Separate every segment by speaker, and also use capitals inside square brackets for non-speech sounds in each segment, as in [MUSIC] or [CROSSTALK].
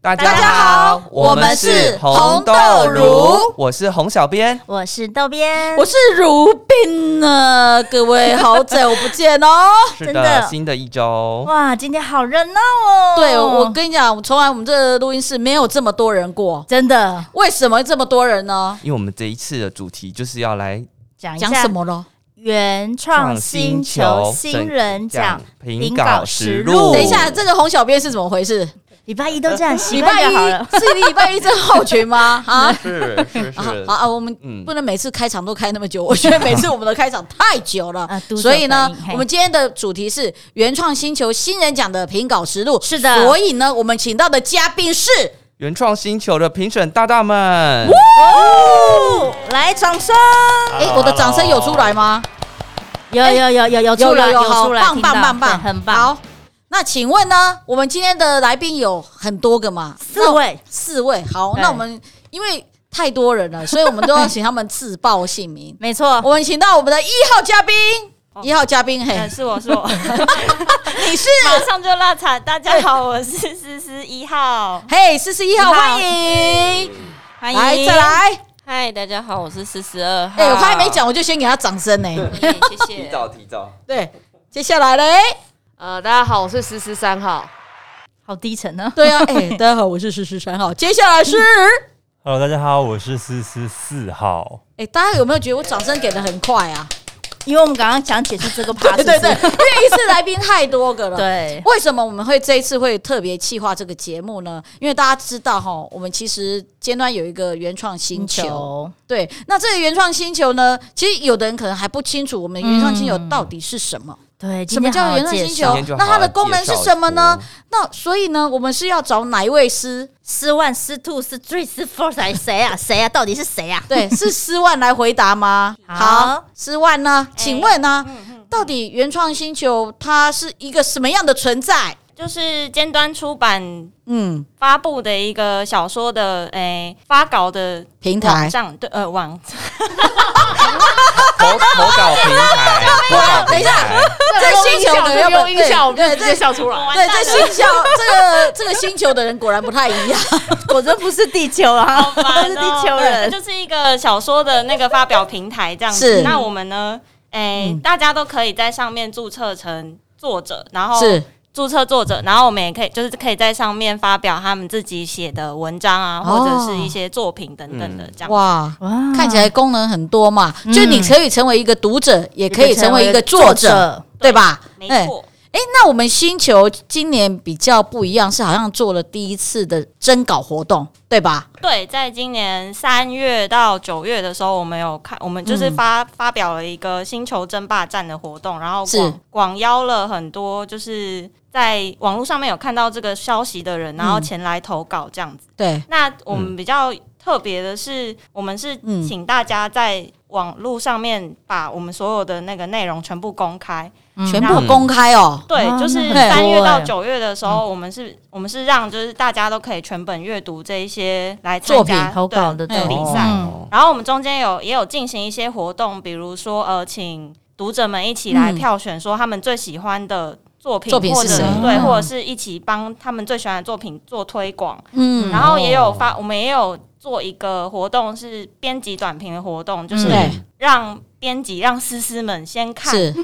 Speaker 1: 大
Speaker 2: 家好我们是红豆乳
Speaker 1: 我是洪小编。
Speaker 3: 我是豆边，
Speaker 2: 我是如边呢，啊各位好久不见哦。
Speaker 1: 是
Speaker 3: 真的
Speaker 1: 新的一周，
Speaker 3: 哇，今天好热闹
Speaker 2: [LAUGHS]
Speaker 3: 哦！
Speaker 2: 对，我跟你讲，从来我们这个录音室没有这么多人过，
Speaker 3: 真的
Speaker 2: 为什么这么多人呢？
Speaker 1: 因为我们这一次的主题就是要来
Speaker 3: 讲一
Speaker 2: 讲
Speaker 3: 下
Speaker 2: 什么了？
Speaker 3: 原创星球新人奖
Speaker 1: 平稿实录。
Speaker 3: 哦
Speaker 2: 等一下，，这个洪小编是怎么回事？
Speaker 3: 礼拜一都这样，习
Speaker 2: 礼
Speaker 3: 惯
Speaker 2: 拜
Speaker 3: 就
Speaker 2: 一
Speaker 3: 好了。
Speaker 2: 是礼拜一症候群 [LAUGHS] 吗？啊？
Speaker 1: 是是
Speaker 2: 啊
Speaker 1: 是
Speaker 2: 好，啊，我们
Speaker 1: 嗯
Speaker 2: 不能每次开场都开那么久，我觉得每次我们的开场太久了
Speaker 3: [LAUGHS] 啊，读者
Speaker 2: 所以呢
Speaker 3: 反应，嘿
Speaker 2: 我们今天的主题是原创星球新人奖的评稿实录，
Speaker 3: 是的
Speaker 2: 所以呢，我们请到的嘉宾是
Speaker 1: 原创星球的评审大大们，
Speaker 3: 哦，来掌声！
Speaker 2: 哎，我的掌声有出来吗？
Speaker 3: 有有有有有哦出来
Speaker 2: 有
Speaker 3: 有
Speaker 2: 好
Speaker 3: 出来，
Speaker 2: 棒
Speaker 3: 听到
Speaker 2: 棒棒棒，
Speaker 3: 对很棒。
Speaker 2: 好，那请问呢，我们今天的来宾有很多个嘛？
Speaker 3: 四位，
Speaker 2: 四位。好，
Speaker 3: 对。
Speaker 2: 那我们因为太多人了，所以我们都要请他们自报姓名
Speaker 3: [LAUGHS] 没错，
Speaker 2: 我们请到我们的一号嘉宾，
Speaker 3: 哦
Speaker 2: 一号嘉宾，嘿
Speaker 3: 呃
Speaker 4: 嗯，，是我是我，
Speaker 2: 你是
Speaker 4: 马上就落场。大家好，我是思思一号，
Speaker 2: 嘿，四十一号，
Speaker 4: 一号
Speaker 2: 欢迎，
Speaker 4: 欢
Speaker 2: 来再。来，
Speaker 4: 嗨，大家好，我是四十二号。
Speaker 2: 哎，我还没，讲，我就先给他掌声呢。
Speaker 4: 谢
Speaker 1: 提
Speaker 4: 谢。
Speaker 1: 早提早，
Speaker 2: 对，接下来嘞，
Speaker 5: 呃，大家好，我是十十三号。
Speaker 3: 好低沉呢。
Speaker 2: 对啊，
Speaker 3: [LAUGHS]
Speaker 2: 哎，大家好，我是四十三号，接下来是，
Speaker 6: Hello，大家好，我是思思四号。
Speaker 2: 哎，大家有没有觉得我掌声给的很快啊？
Speaker 3: 因为我们刚刚想解释这个趴，
Speaker 2: 对对对，因为一次来宾太多个了。。
Speaker 3: [LAUGHS] 对，
Speaker 2: 为什么我们会这一次会特别企划这个节目呢？因为大家知道哈，我们其实尖端有一个原创星球，对，那这个原创星球呢，其实有的人可能还不清楚我们原创星球到底是什么，
Speaker 3: 对，
Speaker 2: 什么
Speaker 3: 今天
Speaker 2: 叫
Speaker 3: 好好
Speaker 2: 原创
Speaker 3: 介
Speaker 2: 星
Speaker 3: 绍
Speaker 1: 今
Speaker 2: 球
Speaker 1: 天就？
Speaker 2: 那
Speaker 1: 好
Speaker 2: 它
Speaker 1: 好
Speaker 2: 的功能是
Speaker 1: 介绍
Speaker 2: 什么呢
Speaker 1: 出？
Speaker 2: 那所以呢，我们是要找哪一位师？
Speaker 3: 四万、四 two、四 three、四 four 才谁啊？谁啊？到底是谁啊？
Speaker 2: [LAUGHS] 对，是思万来回答吗？
Speaker 3: 好
Speaker 2: 好，哎思万呢？请问呢，嗯到底原创星球它是一个什么样的存在？
Speaker 4: 就是尖端出版
Speaker 2: 嗯，
Speaker 4: 发布的一个小说的诶、发稿的
Speaker 2: 平台
Speaker 4: 网站，对呃网
Speaker 3: [LAUGHS]
Speaker 1: 投投稿平台，投稿
Speaker 2: 等
Speaker 1: 平
Speaker 2: 一下
Speaker 1: 台，
Speaker 2: 这星球的
Speaker 5: 没
Speaker 2: 要不
Speaker 5: 有音效，我
Speaker 2: 对
Speaker 5: 们就
Speaker 2: 对
Speaker 5: 直接
Speaker 2: 这
Speaker 5: 笑出来。
Speaker 2: 对这星球这个这个星球的人果然不太一样。 [LAUGHS]
Speaker 3: 果真不是地球 [LAUGHS] 啊，
Speaker 4: 好烦哦
Speaker 3: 都是地球
Speaker 4: 对
Speaker 3: 人。
Speaker 4: 这就是一个小说的那个发表平台这样
Speaker 2: 是
Speaker 4: 子。那我们呢，诶、
Speaker 2: 嗯
Speaker 4: 大家都可以在上面注册成作者，然后
Speaker 2: 是
Speaker 4: 注册作者，然后我们也可以就是可以在上面发表他们自己写的文章啊，
Speaker 2: 哦
Speaker 4: 或者是一些作品等等的这样。
Speaker 2: 哇，
Speaker 3: 哇
Speaker 2: 看起来功能很多嘛，就你可以成为一个读者，嗯也可以成为一个作者，，对吧？
Speaker 4: 没
Speaker 2: 哎
Speaker 4: 错，
Speaker 2: 哎，那我们星球今年比较不一样，是好像做了第一次的征稿活动，对吧？
Speaker 4: 对，在今年三月到九月的时候，我们有看，我们就是
Speaker 2: 嗯
Speaker 4: 发、发表了一个星球争霸战的活动，然后
Speaker 2: 是
Speaker 4: 广广邀了很多就是在网络上面有看到这个消息的人，然后
Speaker 2: 嗯
Speaker 4: 前来投稿这样子。
Speaker 2: 对，
Speaker 4: 那我们比较特别的是，我们是
Speaker 2: 嗯
Speaker 4: 请大家在网络上面把我们所有的那个内容全部公开。
Speaker 2: 全
Speaker 4: 嗯然
Speaker 2: 部
Speaker 4: 后
Speaker 2: 公开哦。
Speaker 4: 对，
Speaker 3: 啊
Speaker 4: 就是
Speaker 2: 那
Speaker 3: 很
Speaker 4: 三
Speaker 3: 多
Speaker 4: 月到
Speaker 3: 欸
Speaker 4: 九月的时候，我们是，我们是让就是大家都可以全本阅读这一些来参加
Speaker 3: 投稿的
Speaker 4: 对
Speaker 3: 作
Speaker 4: 比
Speaker 3: 品
Speaker 4: 赛。
Speaker 1: 哦
Speaker 4: 然后我们中间有也有进行一些活动，比如说呃，请读者们一起来
Speaker 2: 嗯
Speaker 4: 票选，说他们最喜欢的作品，
Speaker 2: 作品
Speaker 4: 或
Speaker 2: 是
Speaker 4: 者
Speaker 2: 谁
Speaker 4: 对，
Speaker 3: 嗯
Speaker 4: 或者是一起帮他们最喜欢的作品做推广。
Speaker 2: 嗯，
Speaker 4: 然后也
Speaker 3: 哦
Speaker 4: 有发，我们也有做一个活动，是编辑短评的活动，
Speaker 3: 嗯
Speaker 4: 就是
Speaker 2: 对，
Speaker 4: 让编辑让思思们先看
Speaker 2: 是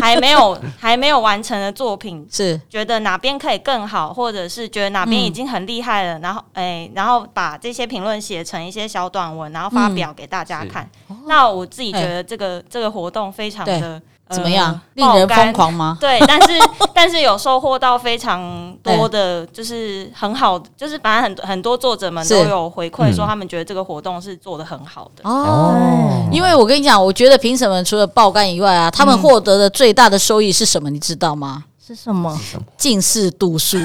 Speaker 4: 还没有还没有完成的作品，
Speaker 2: 是，
Speaker 4: 觉得哪边可以更好，或者是觉得哪
Speaker 2: 嗯
Speaker 4: 边已经很厉害了，然后哎、然后把这些评论写成一些小短文，然后发表给大家看。那我自己觉得这个、这个活动非常的、呃
Speaker 2: 怎么样？令
Speaker 4: 爆
Speaker 2: 人
Speaker 4: 肝
Speaker 2: 疯狂吗？
Speaker 4: [LAUGHS] 对，但是但是有收获到非常
Speaker 2: [LAUGHS]
Speaker 4: 多的，就是很好，就是反正很多很多作者们
Speaker 2: 是
Speaker 4: 都有回馈
Speaker 1: 嗯
Speaker 4: 说他们觉得这个活动是做的很好的。
Speaker 2: 哦。因为我
Speaker 4: 嗯
Speaker 2: 跟你讲，我觉得评审们除了爆肝以外啊，他们获得的最大的收益是什么？你知道吗？
Speaker 3: 是什么？
Speaker 2: 近视度数。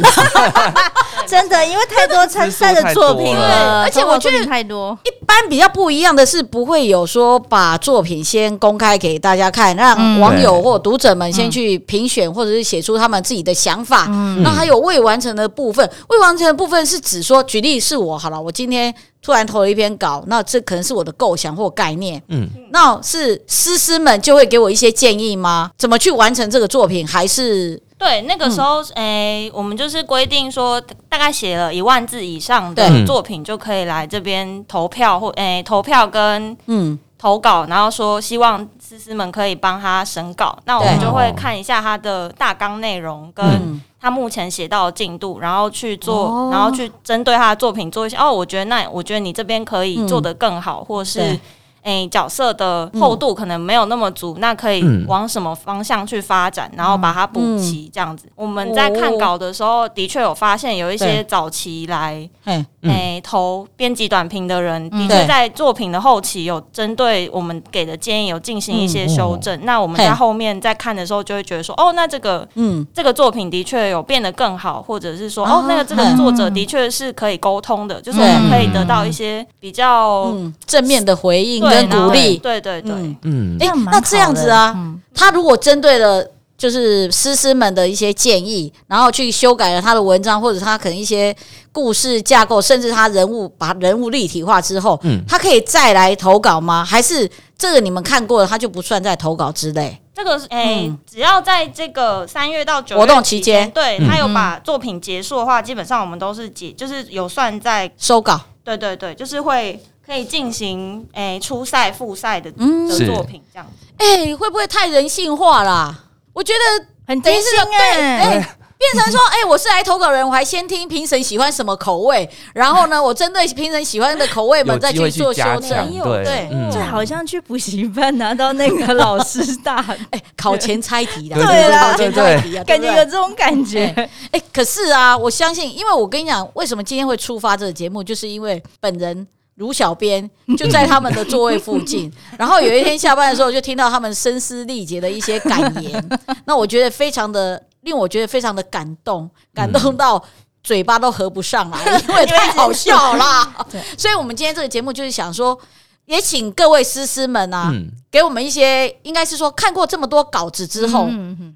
Speaker 3: 真的，因为太多参赛的作品
Speaker 1: 字数太多了
Speaker 2: [LAUGHS] 对而
Speaker 3: 了，
Speaker 2: 且我觉得
Speaker 3: 作品太多，
Speaker 2: 一般比较不一样的是，不会有说把作品先公开给大家看，让网友或读者们先去评选，或者是写出他们自己的想法。那还有未完成的部分，未完成的部分是指说，举例是我好了，我今天突然投了一篇稿，那这可能是我的构想或概念。
Speaker 1: 嗯，
Speaker 2: 那是诗诗们就会给我一些建议吗？怎么去完成这个作品？还是
Speaker 4: 对，那个时候，诶、我们就是规定说，大概写了一万字以上
Speaker 1: 对
Speaker 4: 的作品就可以来这边投票或诶、投票跟
Speaker 2: 嗯，
Speaker 4: 投稿，然后说希望思思们可以帮他审稿。那我们
Speaker 2: 对
Speaker 4: 就会看一下他的大纲内容
Speaker 2: 嗯哦
Speaker 4: 跟他目前写到的进度，然后去做，然后去针对他的作品做一些哦，我觉得那我觉得你这边可以做得更好，或是
Speaker 2: 对。
Speaker 4: 诶，角色的厚度可能没有那么足，那可以
Speaker 1: 嗯
Speaker 4: 往什么方向去发展，然后把它补
Speaker 2: 嗯
Speaker 4: 齐，这样子。我们在看稿的时候，的确有发现有一些
Speaker 2: 哦对
Speaker 4: 早期来
Speaker 2: 嘿，
Speaker 1: 嗯
Speaker 4: 诶、哎投编辑短评的人，的
Speaker 2: 对
Speaker 4: 确在作品的后期有针对我们给的建议有进行一些修
Speaker 2: 嗯
Speaker 4: 正。那我们
Speaker 2: 嘿
Speaker 4: 在后面在看的时候，就会觉得说，哦，那这个
Speaker 2: 嗯，
Speaker 4: 这个作品的确有变得更好，或者是说，
Speaker 2: 啊
Speaker 4: 哦，那个这个
Speaker 2: 嗯
Speaker 4: 作者的确是可以沟通的，就是我
Speaker 2: 对
Speaker 4: 们可以得到一些比较、
Speaker 2: 嗯，正面的回应
Speaker 4: 对
Speaker 2: 跟
Speaker 4: 然后
Speaker 2: 鼓励，
Speaker 4: 对对对。
Speaker 2: 嗯
Speaker 1: 嗯
Speaker 2: 哎、
Speaker 3: 样蛮
Speaker 2: 那这样子啊
Speaker 3: 好的，嗯
Speaker 2: 他如果针对了就是诗诗们的一些建议，然后去修改了他的文章，或者他可能一些故事架构，甚至他人物把人物立体化之后，
Speaker 1: 嗯
Speaker 2: 他可以再来投稿吗？还是这个你们看过了，他就不算在投稿之类？
Speaker 4: 这个是哎、
Speaker 2: 嗯
Speaker 4: 只要在这个三月到九
Speaker 2: 活动期
Speaker 4: 期
Speaker 2: 间
Speaker 4: 对
Speaker 1: 嗯
Speaker 4: 他有把作品结束的话，基本上我们都是结，就是有算在
Speaker 2: 收稿
Speaker 4: 对对对，就是会可以进行诶、初赛、复赛的
Speaker 2: 嗯
Speaker 4: 的
Speaker 1: 是
Speaker 4: 作品这样子。
Speaker 2: 哎、会不会太人性化啦？我觉得
Speaker 3: 很
Speaker 2: 等
Speaker 3: 贴
Speaker 2: 于是
Speaker 3: 心
Speaker 2: 对，哎、
Speaker 3: 哎，
Speaker 2: 变成说，哎、我是来投稿人，我还先听评审喜欢什么口味，然后呢，我针对评审喜欢的口味们
Speaker 1: 有
Speaker 2: 再
Speaker 1: 机会
Speaker 2: 做
Speaker 1: 加
Speaker 2: 修
Speaker 1: 强，
Speaker 2: 正。
Speaker 1: 对
Speaker 2: 对，
Speaker 1: 嗯
Speaker 3: 哎这好像去补习班拿到那个老师 [LAUGHS] 大，
Speaker 2: 哎、考前猜题啦，
Speaker 1: 对
Speaker 3: 对啦
Speaker 2: 考前猜题啊，对
Speaker 3: 感
Speaker 2: 不
Speaker 3: 觉
Speaker 2: 对
Speaker 3: 有这种感觉。
Speaker 2: 哎、可是啊，我相信，因为我跟你讲，为什么今天会出发这个节目，就是因为本人卢小编就在他们的座位附
Speaker 3: [LAUGHS]
Speaker 2: 近，然后有一天下班的时候，就听到他们声嘶力竭的一些感言，那我觉得非常的令我觉得非常的感
Speaker 3: 嗯
Speaker 2: 动，感动到。嘴巴都合不上
Speaker 3: [LAUGHS]
Speaker 2: 来，因为太好笑啦。所以，我们今天这个节目就是想说，也请各位师师们啊，
Speaker 1: 嗯
Speaker 2: 给我们一些，应该是说看过这么多稿子之后，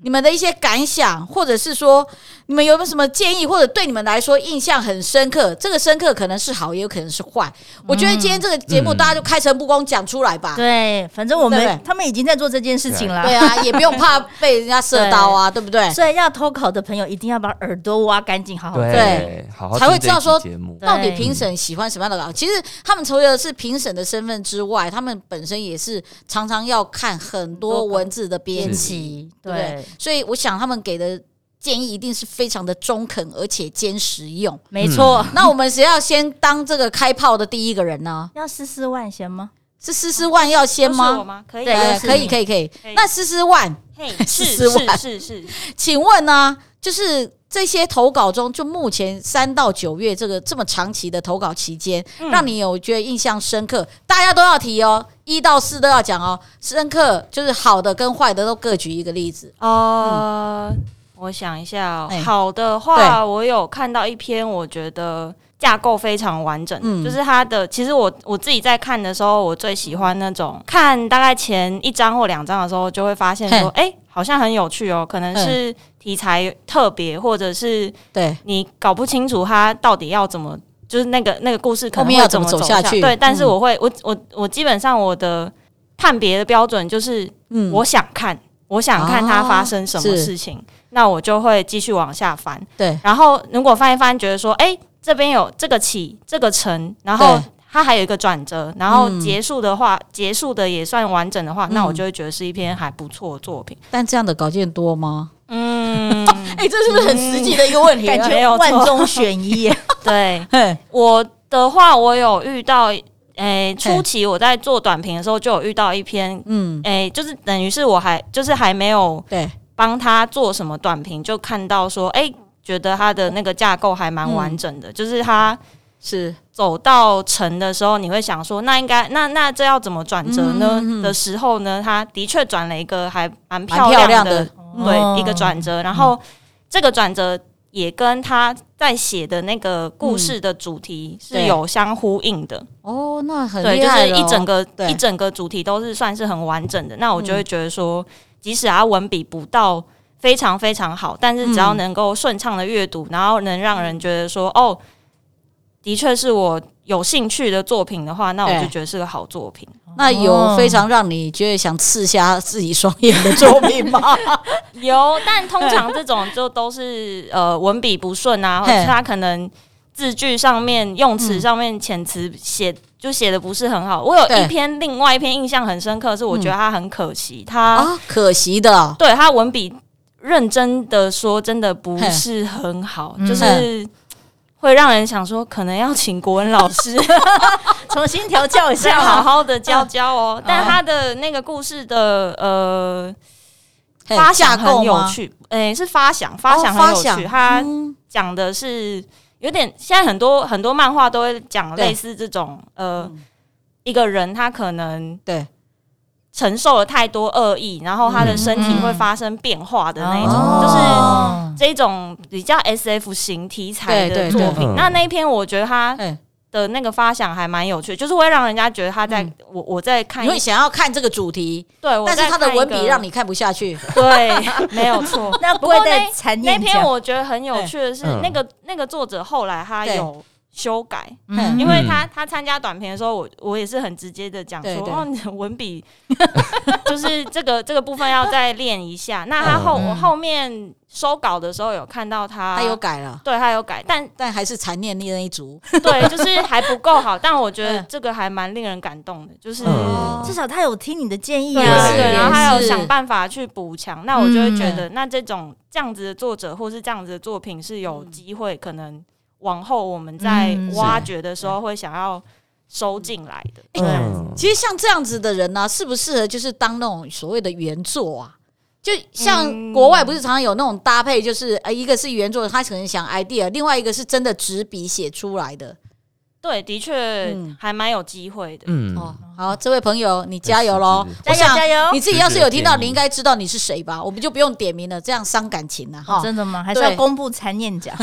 Speaker 2: 你们的一些感想，或者是说你们有没有什么建议，或者对你们来说印象很深刻？这个深刻可能是好，也有可能是坏。我觉得今天这个节目
Speaker 1: 嗯
Speaker 2: 大家就开诚布公讲出来吧。
Speaker 3: 对，反正我
Speaker 2: 对不
Speaker 3: 们
Speaker 2: 对
Speaker 3: 他们已经在做这件事情了。
Speaker 2: 对啊，也不用怕被人家射刀啊，对不对？
Speaker 3: 所以要偷考的朋友一定要把耳朵挖干净，好好
Speaker 1: 哦对
Speaker 2: 对，
Speaker 1: 好好
Speaker 2: 才会
Speaker 1: 听这
Speaker 2: 知道
Speaker 1: 一期
Speaker 2: 说
Speaker 1: 节目
Speaker 3: 对
Speaker 2: 到底评审喜欢什么样的稿？其实他们除了是评审的身份之外，他们本身也是常常要看很多文字的编
Speaker 3: 编
Speaker 2: 辑。
Speaker 3: 辑，
Speaker 2: 对不对
Speaker 3: 对，？
Speaker 2: 所以我想他们给的建议一定是非常的中肯，而且兼实用。
Speaker 3: 没错。
Speaker 2: 那我们谁要先当这个开炮的第一个人呢？
Speaker 3: 要四四万先吗？
Speaker 2: 是思思万要先
Speaker 4: 都是我
Speaker 2: 吗？
Speaker 4: 吗？可以
Speaker 3: 对
Speaker 4: 啊，
Speaker 2: 呃
Speaker 3: 又是
Speaker 2: 可以
Speaker 3: 你
Speaker 2: 可以可以
Speaker 4: 可以。
Speaker 2: 那思思万，
Speaker 4: 嘿，
Speaker 2: [LAUGHS] 是
Speaker 4: 是
Speaker 2: 是
Speaker 4: 是
Speaker 2: 吧
Speaker 4: 是是，
Speaker 2: 请问呢、就是这些投稿中，就目前三到九月这个这么长期的投稿期间，
Speaker 4: 嗯
Speaker 2: 让你有觉得印象深刻，大家都要提哦，一到四都要讲哦。深刻就是好的跟坏的都各举一个例子。
Speaker 4: 呃，我想一下哦、
Speaker 2: 嗯哎
Speaker 4: 好的
Speaker 2: 对
Speaker 4: 话，我有看到一篇，我觉得架构非常完整，
Speaker 2: 嗯
Speaker 4: 就是它的。其实我我自己在看的时候，我最喜欢那种看大概前一章或两章的时候，就会发现说，哎、好像很有趣哦，可能是题材特别，或者是
Speaker 2: 对，
Speaker 4: 你搞不清楚它到底要怎么。就是那个那个故事可
Speaker 2: 后
Speaker 4: 能
Speaker 2: 面
Speaker 4: 会
Speaker 2: 要
Speaker 4: 怎
Speaker 2: 怎么走
Speaker 4: 下
Speaker 2: 下去
Speaker 4: 对，但是
Speaker 2: 嗯
Speaker 4: 我会、我我我基本上我的判别的标准就是
Speaker 2: 嗯，啊
Speaker 4: 我想看，我想看它发生什么
Speaker 2: 是
Speaker 4: 事情，那我就会继续往下翻。
Speaker 2: 对
Speaker 4: 然后如果翻一翻，觉得说，哎、这边有这个起，这个沉，然后
Speaker 2: 对
Speaker 4: 它还有一个转折，然后
Speaker 2: 嗯
Speaker 4: 结束的话，结束的也算完整的话，那
Speaker 2: 嗯
Speaker 4: 我就会觉得是一篇还不错的作品。
Speaker 2: 但这样的稿件多吗？
Speaker 4: 嗯，
Speaker 2: [LAUGHS] 哎、这是不是很实际的一个问题啊？
Speaker 3: 感
Speaker 4: 没有
Speaker 3: 觉
Speaker 4: 错
Speaker 3: 万中选一，
Speaker 4: 对
Speaker 2: 嘿
Speaker 4: 我的话，我有遇到，诶、初期我在做短评的时候就有遇到一篇，
Speaker 2: 嗯，
Speaker 4: 诶、就是等于是我还就是还没有
Speaker 2: 对，
Speaker 4: 帮他做什么短评，就看到说，哎、觉得他的那个架构还蛮完整
Speaker 2: 嗯
Speaker 4: 的，就是他
Speaker 2: 是
Speaker 4: 走到城的时候，你会想说，那应该那那这要怎么转折呢？
Speaker 2: 嗯嗯嗯
Speaker 4: 的时候呢，他的确转了一个还蛮
Speaker 2: 蛮漂
Speaker 4: 漂亮
Speaker 2: 亮
Speaker 4: 的
Speaker 2: 的，嗯
Speaker 4: 对、一个转折，然后这个转折也跟他在写的那个故事的主题是有相呼应的。
Speaker 2: 哦，那嗯很
Speaker 4: 对，
Speaker 2: 厉
Speaker 4: 就
Speaker 2: 害
Speaker 4: 是
Speaker 2: 了哦
Speaker 4: 一整个
Speaker 2: 对嗯
Speaker 4: 一整个主题都是算是很完整的。那我就会觉得说，即使他文笔不到非常非常好，但是只要
Speaker 2: 嗯
Speaker 4: 能够顺畅的阅读，然后能让人觉得说，哦，的确是我有兴趣的作品的话，那我
Speaker 2: 对
Speaker 4: 就觉得是个好作品。
Speaker 2: 那有非常让你觉得想刺瞎自己双眼的作品
Speaker 4: [LAUGHS]
Speaker 2: 吗？
Speaker 4: 啊有，但通常这种就都是呃文笔不顺啊，或者
Speaker 2: 嘿
Speaker 4: 是他可能字句上面、用词上面、遣词写就写的不是很好。我有
Speaker 2: 对
Speaker 4: 一篇另外一篇印象很深刻，是我觉得他很可惜，他
Speaker 2: [LAUGHS] 啊，可惜的哦，
Speaker 4: 对他文笔认真的说，真的不
Speaker 2: 嘿
Speaker 4: 是很好，
Speaker 3: 嗯
Speaker 4: 就是会让人想说，可能要请国文
Speaker 2: [LAUGHS]
Speaker 4: 老师
Speaker 3: 重新调教一
Speaker 4: 这样
Speaker 3: 下
Speaker 4: 好
Speaker 3: 嘛。
Speaker 4: 好
Speaker 2: 嗯
Speaker 4: 的教教哦。但他的那个故事的呃。
Speaker 2: 嘿
Speaker 4: 发想
Speaker 2: 架构
Speaker 4: 很有
Speaker 2: 吗哦
Speaker 4: 趣，诶、是发想，发想
Speaker 2: 发
Speaker 4: 很有
Speaker 2: 想
Speaker 4: 趣。他
Speaker 2: 嗯
Speaker 4: 讲的是有点，现在很多很多漫画都会讲
Speaker 2: 对
Speaker 4: 类似这种，呃，一个人他可能
Speaker 2: 对
Speaker 4: 承受了太多恶意，然后他的身体
Speaker 3: 嗯
Speaker 4: 会发生变化的那一种，
Speaker 2: 哦
Speaker 4: 就是这种比较 S F 型题材
Speaker 2: 对对
Speaker 4: 的作
Speaker 6: 对
Speaker 4: 品。那那一篇我觉得他
Speaker 2: 哎，
Speaker 4: 的那个发想还蛮有趣，就是会让人家觉得他在、
Speaker 2: 嗯
Speaker 4: 我我在看
Speaker 2: 你
Speaker 4: 一
Speaker 2: 会，想要看这个主题，
Speaker 4: 对，我
Speaker 2: 但
Speaker 4: 在
Speaker 2: 是他的
Speaker 4: 看一
Speaker 2: 文
Speaker 4: 个
Speaker 2: 笔让你看不下去。
Speaker 4: 对，没有错。
Speaker 3: 那
Speaker 4: 不
Speaker 3: 不
Speaker 4: 过
Speaker 3: 会
Speaker 4: 那
Speaker 3: 在残
Speaker 4: 那
Speaker 3: 念
Speaker 4: 篇我觉得很有趣的是，
Speaker 6: 嗯
Speaker 4: 那个那个作者后来他
Speaker 2: 对
Speaker 4: 有修改，
Speaker 2: 嗯
Speaker 4: 因为他他参加短评的时候，我我也是很直接的讲说，
Speaker 2: 对对
Speaker 4: 哦，你的文笔 [LAUGHS] 就是这个这个部分要再练一下。那他后、
Speaker 3: 嗯
Speaker 4: 我后面收稿的时候有看到他，
Speaker 2: 他有改了，
Speaker 4: 对他有改，但
Speaker 2: 但还是残念那一族。
Speaker 4: 对就是还不够好，但我觉得
Speaker 2: 嗯
Speaker 4: 这个还蛮令人感动的，就是。
Speaker 2: 哦
Speaker 6: 嗯
Speaker 3: 至少他有听你的建议
Speaker 4: 对
Speaker 3: 啊，
Speaker 4: 啊，
Speaker 6: 对
Speaker 4: 对，然后他有
Speaker 2: 是嗯
Speaker 4: 想办法去补强，那我就会觉得，那这种这样子的作者或是这样子的作品是有机会，可能往后我们在
Speaker 3: 嗯
Speaker 4: 挖掘的时候会想要收进来的。
Speaker 6: 嗯，
Speaker 2: 其实像这样子的人呢、适不适合就是当那种所谓的原作啊？就像
Speaker 4: 嗯
Speaker 2: 国外不是常常有那种搭配，就是呃，一个是原作，他可能想 idea，另外一个是真的执笔写出来的。
Speaker 4: 对，的确
Speaker 2: 嗯
Speaker 4: 还蛮有机会的。
Speaker 6: 嗯哎
Speaker 2: 哦，好，这位朋友，你加油喽！
Speaker 3: 加油
Speaker 2: 我想
Speaker 3: 加油哦
Speaker 2: 你自己要是有听到，
Speaker 6: 谢谢
Speaker 2: 你应该知道你是谁吧？我们就不用点名了，这样伤感情啊了哈。
Speaker 3: 真的吗？还是要
Speaker 2: 对
Speaker 3: 公布残念奖？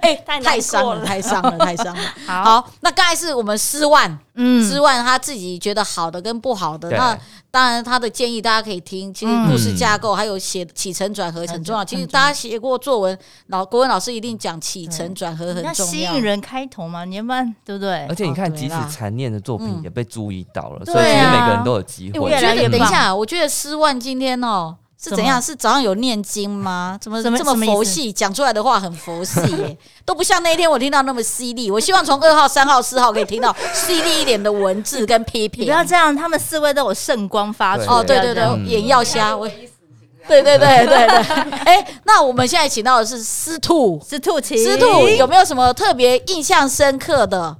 Speaker 4: 哎，太难
Speaker 2: 太伤
Speaker 4: 过
Speaker 2: 了，
Speaker 4: 了。
Speaker 2: 太伤了，太伤了。
Speaker 3: 好
Speaker 2: 好，那刚才是我们诗万，
Speaker 3: 嗯
Speaker 2: 之外，他自己觉得好的跟不好的，
Speaker 6: 对
Speaker 2: 那当然他的建议大家可以听。其实
Speaker 3: 嗯
Speaker 2: 故事架构还有写起承转合很重要。
Speaker 3: 很
Speaker 2: 其
Speaker 3: 重
Speaker 2: 实
Speaker 3: 要
Speaker 2: 大家写过作文，老国文老师一定讲起
Speaker 3: 嗯
Speaker 2: 承转合很
Speaker 3: 那
Speaker 2: 重
Speaker 3: 吸
Speaker 2: 要。
Speaker 3: 引人开头嘛，你要不然对不对
Speaker 6: 而？且
Speaker 1: 哦
Speaker 6: 你看，
Speaker 2: 对
Speaker 6: 即使
Speaker 2: 啦
Speaker 6: 残念的作品
Speaker 2: 嗯
Speaker 6: 也被注意到了，
Speaker 3: 对
Speaker 6: 所以其实
Speaker 3: 啊
Speaker 6: 每个人都有机
Speaker 2: 诶我
Speaker 6: 会
Speaker 3: 越。
Speaker 2: 觉
Speaker 3: 来
Speaker 2: 得
Speaker 3: 越
Speaker 2: 等一
Speaker 3: 棒
Speaker 2: 下，我觉得诗万今天哦是
Speaker 3: 怎
Speaker 2: 怎样？
Speaker 3: 么
Speaker 2: 是早上有念经
Speaker 3: [LAUGHS]
Speaker 2: 吗？怎么
Speaker 3: 什么
Speaker 2: 这么
Speaker 3: 什么意思
Speaker 2: 佛系？讲出来的话很佛系
Speaker 3: [LAUGHS]
Speaker 2: 耶，都不像那一天我听到那么犀利。我希望从二号、三号、四号可以听到犀利一点的文字跟批
Speaker 3: 你
Speaker 2: 评。
Speaker 3: 不要这样，他们四位都有圣光发出。
Speaker 2: 哦，对
Speaker 3: 不
Speaker 2: 对
Speaker 3: 要这
Speaker 2: 对
Speaker 3: 样，
Speaker 6: 嗯
Speaker 2: 眼药虾，我，对对对对对。 [LAUGHS] 哎，那我们现在请到的是司徒，
Speaker 3: 是兔奇，
Speaker 2: 司徒有没有什么特别印象深刻的，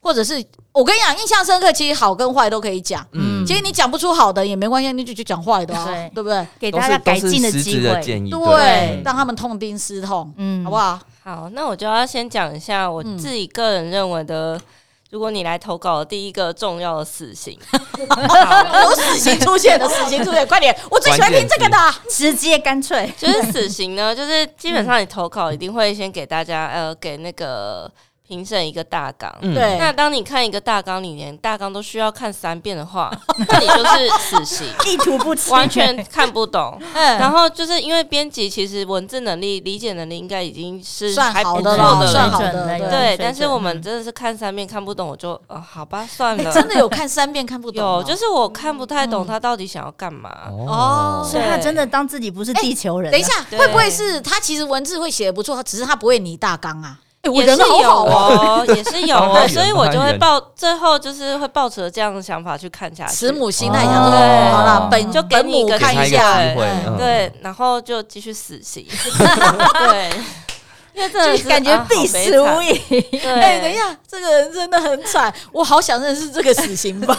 Speaker 2: 或者是我跟你讲，印象深刻其实好跟坏都可以讲。
Speaker 6: 嗯
Speaker 2: 其实你讲不出好的也没关系，你就就讲坏的啊
Speaker 3: 对，
Speaker 2: 对不对？
Speaker 3: 给
Speaker 6: 都
Speaker 3: 大
Speaker 6: 是
Speaker 3: 家
Speaker 6: 都
Speaker 3: 改
Speaker 6: 是
Speaker 3: 进的
Speaker 6: 实质
Speaker 3: 机
Speaker 6: 的
Speaker 3: 会？
Speaker 6: 建议，
Speaker 2: 对，让他们痛定思痛，
Speaker 3: 嗯
Speaker 2: 好
Speaker 5: [LAUGHS]
Speaker 2: 不？好？
Speaker 5: 好，那我就要先讲一下我自己个人认为
Speaker 2: 嗯
Speaker 5: 的，如果你来投稿的第一个重要的事
Speaker 2: [LAUGHS]
Speaker 5: 情，
Speaker 2: 有死刑出现了，死刑出现，快点！我最喜欢听这个的。啊
Speaker 3: 直接干 [LAUGHS] 脆。
Speaker 5: 就是死刑呢，就是基本
Speaker 2: 嗯
Speaker 5: 上你投稿一定会先给大家呃给那个评审一个大纲。
Speaker 6: 嗯
Speaker 2: 对，
Speaker 5: 那当你看一个大纲，你连大纲都需要看三遍的
Speaker 2: [LAUGHS]
Speaker 5: 话，那你就是死刑，
Speaker 3: 意图不清，
Speaker 5: 完
Speaker 3: [LAUGHS]
Speaker 5: 全看不懂。
Speaker 2: 嗯
Speaker 5: 然后就是因为编辑其实文字能力、理解能力应该已经是
Speaker 2: 算
Speaker 5: 还
Speaker 2: 好
Speaker 5: 不
Speaker 2: 的
Speaker 5: 错
Speaker 2: 了，
Speaker 5: 了，
Speaker 2: 算好
Speaker 3: 水
Speaker 2: 的
Speaker 3: 准了，有
Speaker 5: 对，
Speaker 3: 水
Speaker 5: 但是
Speaker 3: 准
Speaker 5: 我们
Speaker 3: 嗯
Speaker 5: 真的是看三遍看不懂，我就呃好吧算了。
Speaker 2: 真的有看三遍看不懂啊嗯
Speaker 5: 有，
Speaker 2: 吗，
Speaker 5: 就是我看不太懂他到底想要干嘛。
Speaker 2: 哦
Speaker 3: 所以他
Speaker 5: 对
Speaker 3: 真的当自己不是地球人啊。
Speaker 2: 等一下，
Speaker 5: 对
Speaker 2: 会不会是他其实文字会写的不错，只是他不会拟大纲啊？哎、我
Speaker 5: 也
Speaker 2: 人
Speaker 5: 是
Speaker 2: 好
Speaker 5: 有
Speaker 2: 好
Speaker 4: 啊
Speaker 2: 哦，
Speaker 5: 哦，
Speaker 2: [LAUGHS]
Speaker 5: 也是有
Speaker 6: 帮他
Speaker 5: 哦，
Speaker 6: 圆
Speaker 5: 所以我就
Speaker 6: 帮他
Speaker 5: 会
Speaker 6: 圆
Speaker 5: 抱最后就是会抱持这样的想法去看下去。
Speaker 2: 慈母心态想说，
Speaker 5: 哦
Speaker 2: 好啦，
Speaker 5: 对
Speaker 2: 本
Speaker 5: 就给
Speaker 2: 本
Speaker 5: 你一
Speaker 2: 母
Speaker 5: 个
Speaker 2: 看
Speaker 5: 机会
Speaker 2: 下，
Speaker 5: 对
Speaker 6: 机会
Speaker 2: 嗯，
Speaker 6: 嗯
Speaker 5: 对，然后就继续死刑。
Speaker 6: [LAUGHS]
Speaker 5: 对，因为真的是
Speaker 3: 感觉
Speaker 5: 啊
Speaker 3: 必死无。疑。
Speaker 5: 好悲惨
Speaker 2: 哎、
Speaker 5: 对，
Speaker 2: 等一下，这个人真的很惨，我好想认识这个死刑犯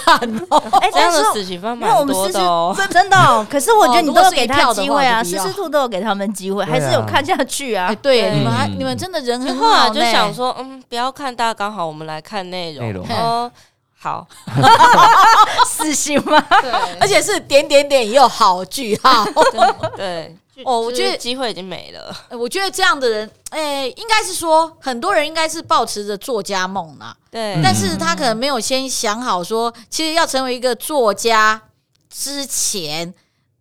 Speaker 2: 哦。
Speaker 3: 哎
Speaker 5: 这样
Speaker 3: 但
Speaker 5: 的
Speaker 3: 是
Speaker 5: 死刑犯
Speaker 3: 因为我
Speaker 5: 蛮
Speaker 3: 们
Speaker 5: 多
Speaker 3: 思
Speaker 5: 的哦。
Speaker 3: 思 [LAUGHS] 真的哦，可是我觉得
Speaker 2: 哦
Speaker 3: 你
Speaker 2: 如果
Speaker 3: 都有
Speaker 2: 是
Speaker 3: 给
Speaker 2: 一
Speaker 3: 他
Speaker 2: 票的
Speaker 3: 机
Speaker 2: 话
Speaker 3: 会啊，
Speaker 2: 就不
Speaker 3: 思
Speaker 2: 要
Speaker 3: 思兔都有给他们机会，
Speaker 6: 对
Speaker 3: 还是有
Speaker 6: 啊
Speaker 3: 看下
Speaker 2: [LAUGHS]
Speaker 3: 去
Speaker 2: 哎、
Speaker 3: 啊。 [LAUGHS]
Speaker 2: 对，
Speaker 6: 嗯
Speaker 2: 你们还
Speaker 6: 嗯
Speaker 2: 你们真的人
Speaker 5: 所以
Speaker 2: 很
Speaker 5: 后来
Speaker 2: 好
Speaker 5: 就
Speaker 2: 呢
Speaker 5: 想说，嗯，不要看大纲好，我们来看内容。
Speaker 6: 内容
Speaker 5: 哦，好，
Speaker 3: 死刑吗？
Speaker 5: 对
Speaker 2: 啊 [LAUGHS] 而且是点点点也有好句号，
Speaker 5: 对，
Speaker 2: 哦，我觉
Speaker 4: 就是
Speaker 2: 得
Speaker 4: 机会已经没了。
Speaker 2: 呃我觉得这样的人，哎、应该是说很多人应该是抱持着作家梦啊啦，
Speaker 4: 对，
Speaker 2: 但是他可能没有先想好说，其实要成为一个作家之前，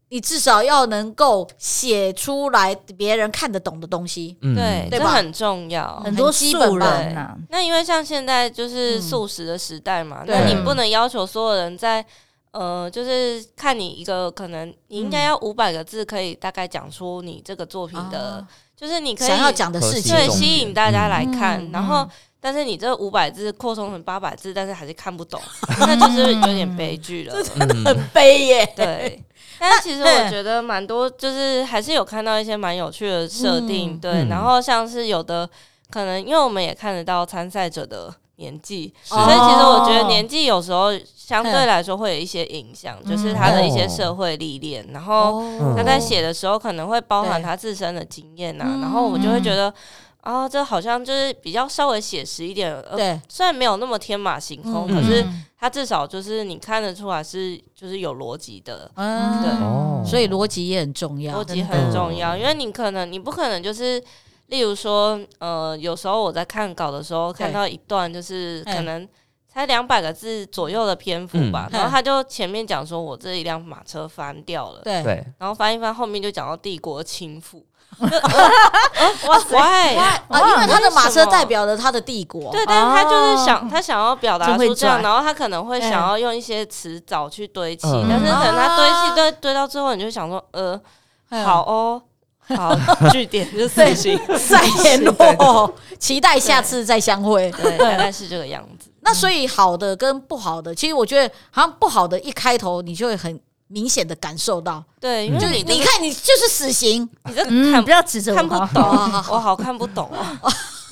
Speaker 2: 你至少要能够写出来别人看得懂的东西。
Speaker 1: 嗯
Speaker 4: 对，
Speaker 2: 对
Speaker 4: 这
Speaker 2: 吧
Speaker 4: 很重要。
Speaker 3: 很多
Speaker 2: 基本
Speaker 3: 素
Speaker 2: 吧
Speaker 3: 人呐，
Speaker 4: 那因为像现在就是
Speaker 2: 啊嗯
Speaker 4: 素食的时代嘛，
Speaker 2: 对
Speaker 4: 那你不能要求所有人在呃，就是看你一个可能你应该
Speaker 2: 嗯
Speaker 4: 要五百个字，可以大概讲出你这个作品的，
Speaker 2: 啊
Speaker 4: 就是你可以
Speaker 2: 想要讲的
Speaker 1: 核
Speaker 2: 事
Speaker 1: 心
Speaker 2: 情，
Speaker 4: 对
Speaker 1: 重
Speaker 4: 吸
Speaker 1: 点
Speaker 4: 引大家来看，
Speaker 2: 嗯
Speaker 4: 然后。但是你这五百字扩充成八百字，但是还是看
Speaker 2: [LAUGHS]
Speaker 4: 不懂，那就是有点悲剧了。
Speaker 1: [LAUGHS] 嗯，
Speaker 2: 很悲耶。
Speaker 4: 对，但是其实我觉得蛮多，就是还是有看到一些蛮有趣的设定，
Speaker 2: 嗯
Speaker 4: 对。
Speaker 7: 嗯
Speaker 4: 然后像是有的可能，因为我们也看得到参赛者的年纪，
Speaker 2: 哦
Speaker 4: 所以其实我觉得年纪有时候相对来说会有一些影响，
Speaker 2: 嗯
Speaker 4: 就是他的一些社会历练，然后
Speaker 2: 哦
Speaker 4: 他在写的时候可能会包含
Speaker 2: 对
Speaker 4: 他自身的经验呐、啊
Speaker 2: 嗯
Speaker 4: 然后我就会觉得。啊，这好像就是比较稍微写实一点，呃，
Speaker 2: 对，
Speaker 4: 虽然没有那么天马行空，
Speaker 2: 嗯
Speaker 4: 可是它至少就是你看得出来是就是有逻辑的，
Speaker 2: 嗯，
Speaker 4: 对
Speaker 7: 哦
Speaker 2: 所以逻辑也很重要。
Speaker 4: 逻辑
Speaker 2: 真的
Speaker 4: 很重要，因为你可能你不可能就是，例如说，呃，有时候我在看稿的时候
Speaker 2: 对
Speaker 4: 看到一段，就是
Speaker 2: 嗯
Speaker 4: 可能才两百个字左右的篇幅吧，
Speaker 2: 嗯
Speaker 4: 然后
Speaker 2: 嗯
Speaker 4: 他就前面讲说我这一辆马车翻掉了，
Speaker 2: 对
Speaker 1: 对，
Speaker 4: 然后翻一翻，后面就讲到帝国
Speaker 2: [LAUGHS]
Speaker 4: 倾覆，就呃呃哇塞！
Speaker 2: 啊，因为他的马
Speaker 4: 为什
Speaker 2: 车
Speaker 4: 么
Speaker 2: 代表了他的帝国。
Speaker 4: 对，但是他就是
Speaker 2: 哦
Speaker 4: 想，他想要表达
Speaker 3: 真会
Speaker 4: 出这样，
Speaker 3: 拽
Speaker 4: 然后他可能会想
Speaker 3: 嗯
Speaker 4: 要用一些词藻去堆砌，
Speaker 1: 嗯
Speaker 4: 但是可能他堆
Speaker 2: 啊
Speaker 4: 砌堆堆到最后，你就想说，呃，
Speaker 2: 嗯
Speaker 4: 好哦，好， [LAUGHS] 据点就是四星，
Speaker 2: 再联 [LAUGHS] 络，期待下次再相会。
Speaker 4: 对，大概是这个样子。
Speaker 2: 那所以好的跟不好的，其实我觉得好像不好的一开头你就会很明显的感受到，
Speaker 4: 对，因为
Speaker 2: 就
Speaker 4: 你
Speaker 2: 是
Speaker 4: 这
Speaker 2: 你
Speaker 4: 个
Speaker 2: 看你就是死刑， [LAUGHS]
Speaker 4: 你这个
Speaker 3: 嗯，
Speaker 4: 看
Speaker 3: 不要指着我
Speaker 4: 看不
Speaker 3: 好
Speaker 4: 懂，
Speaker 2: 好好好
Speaker 4: 我好看不懂啊，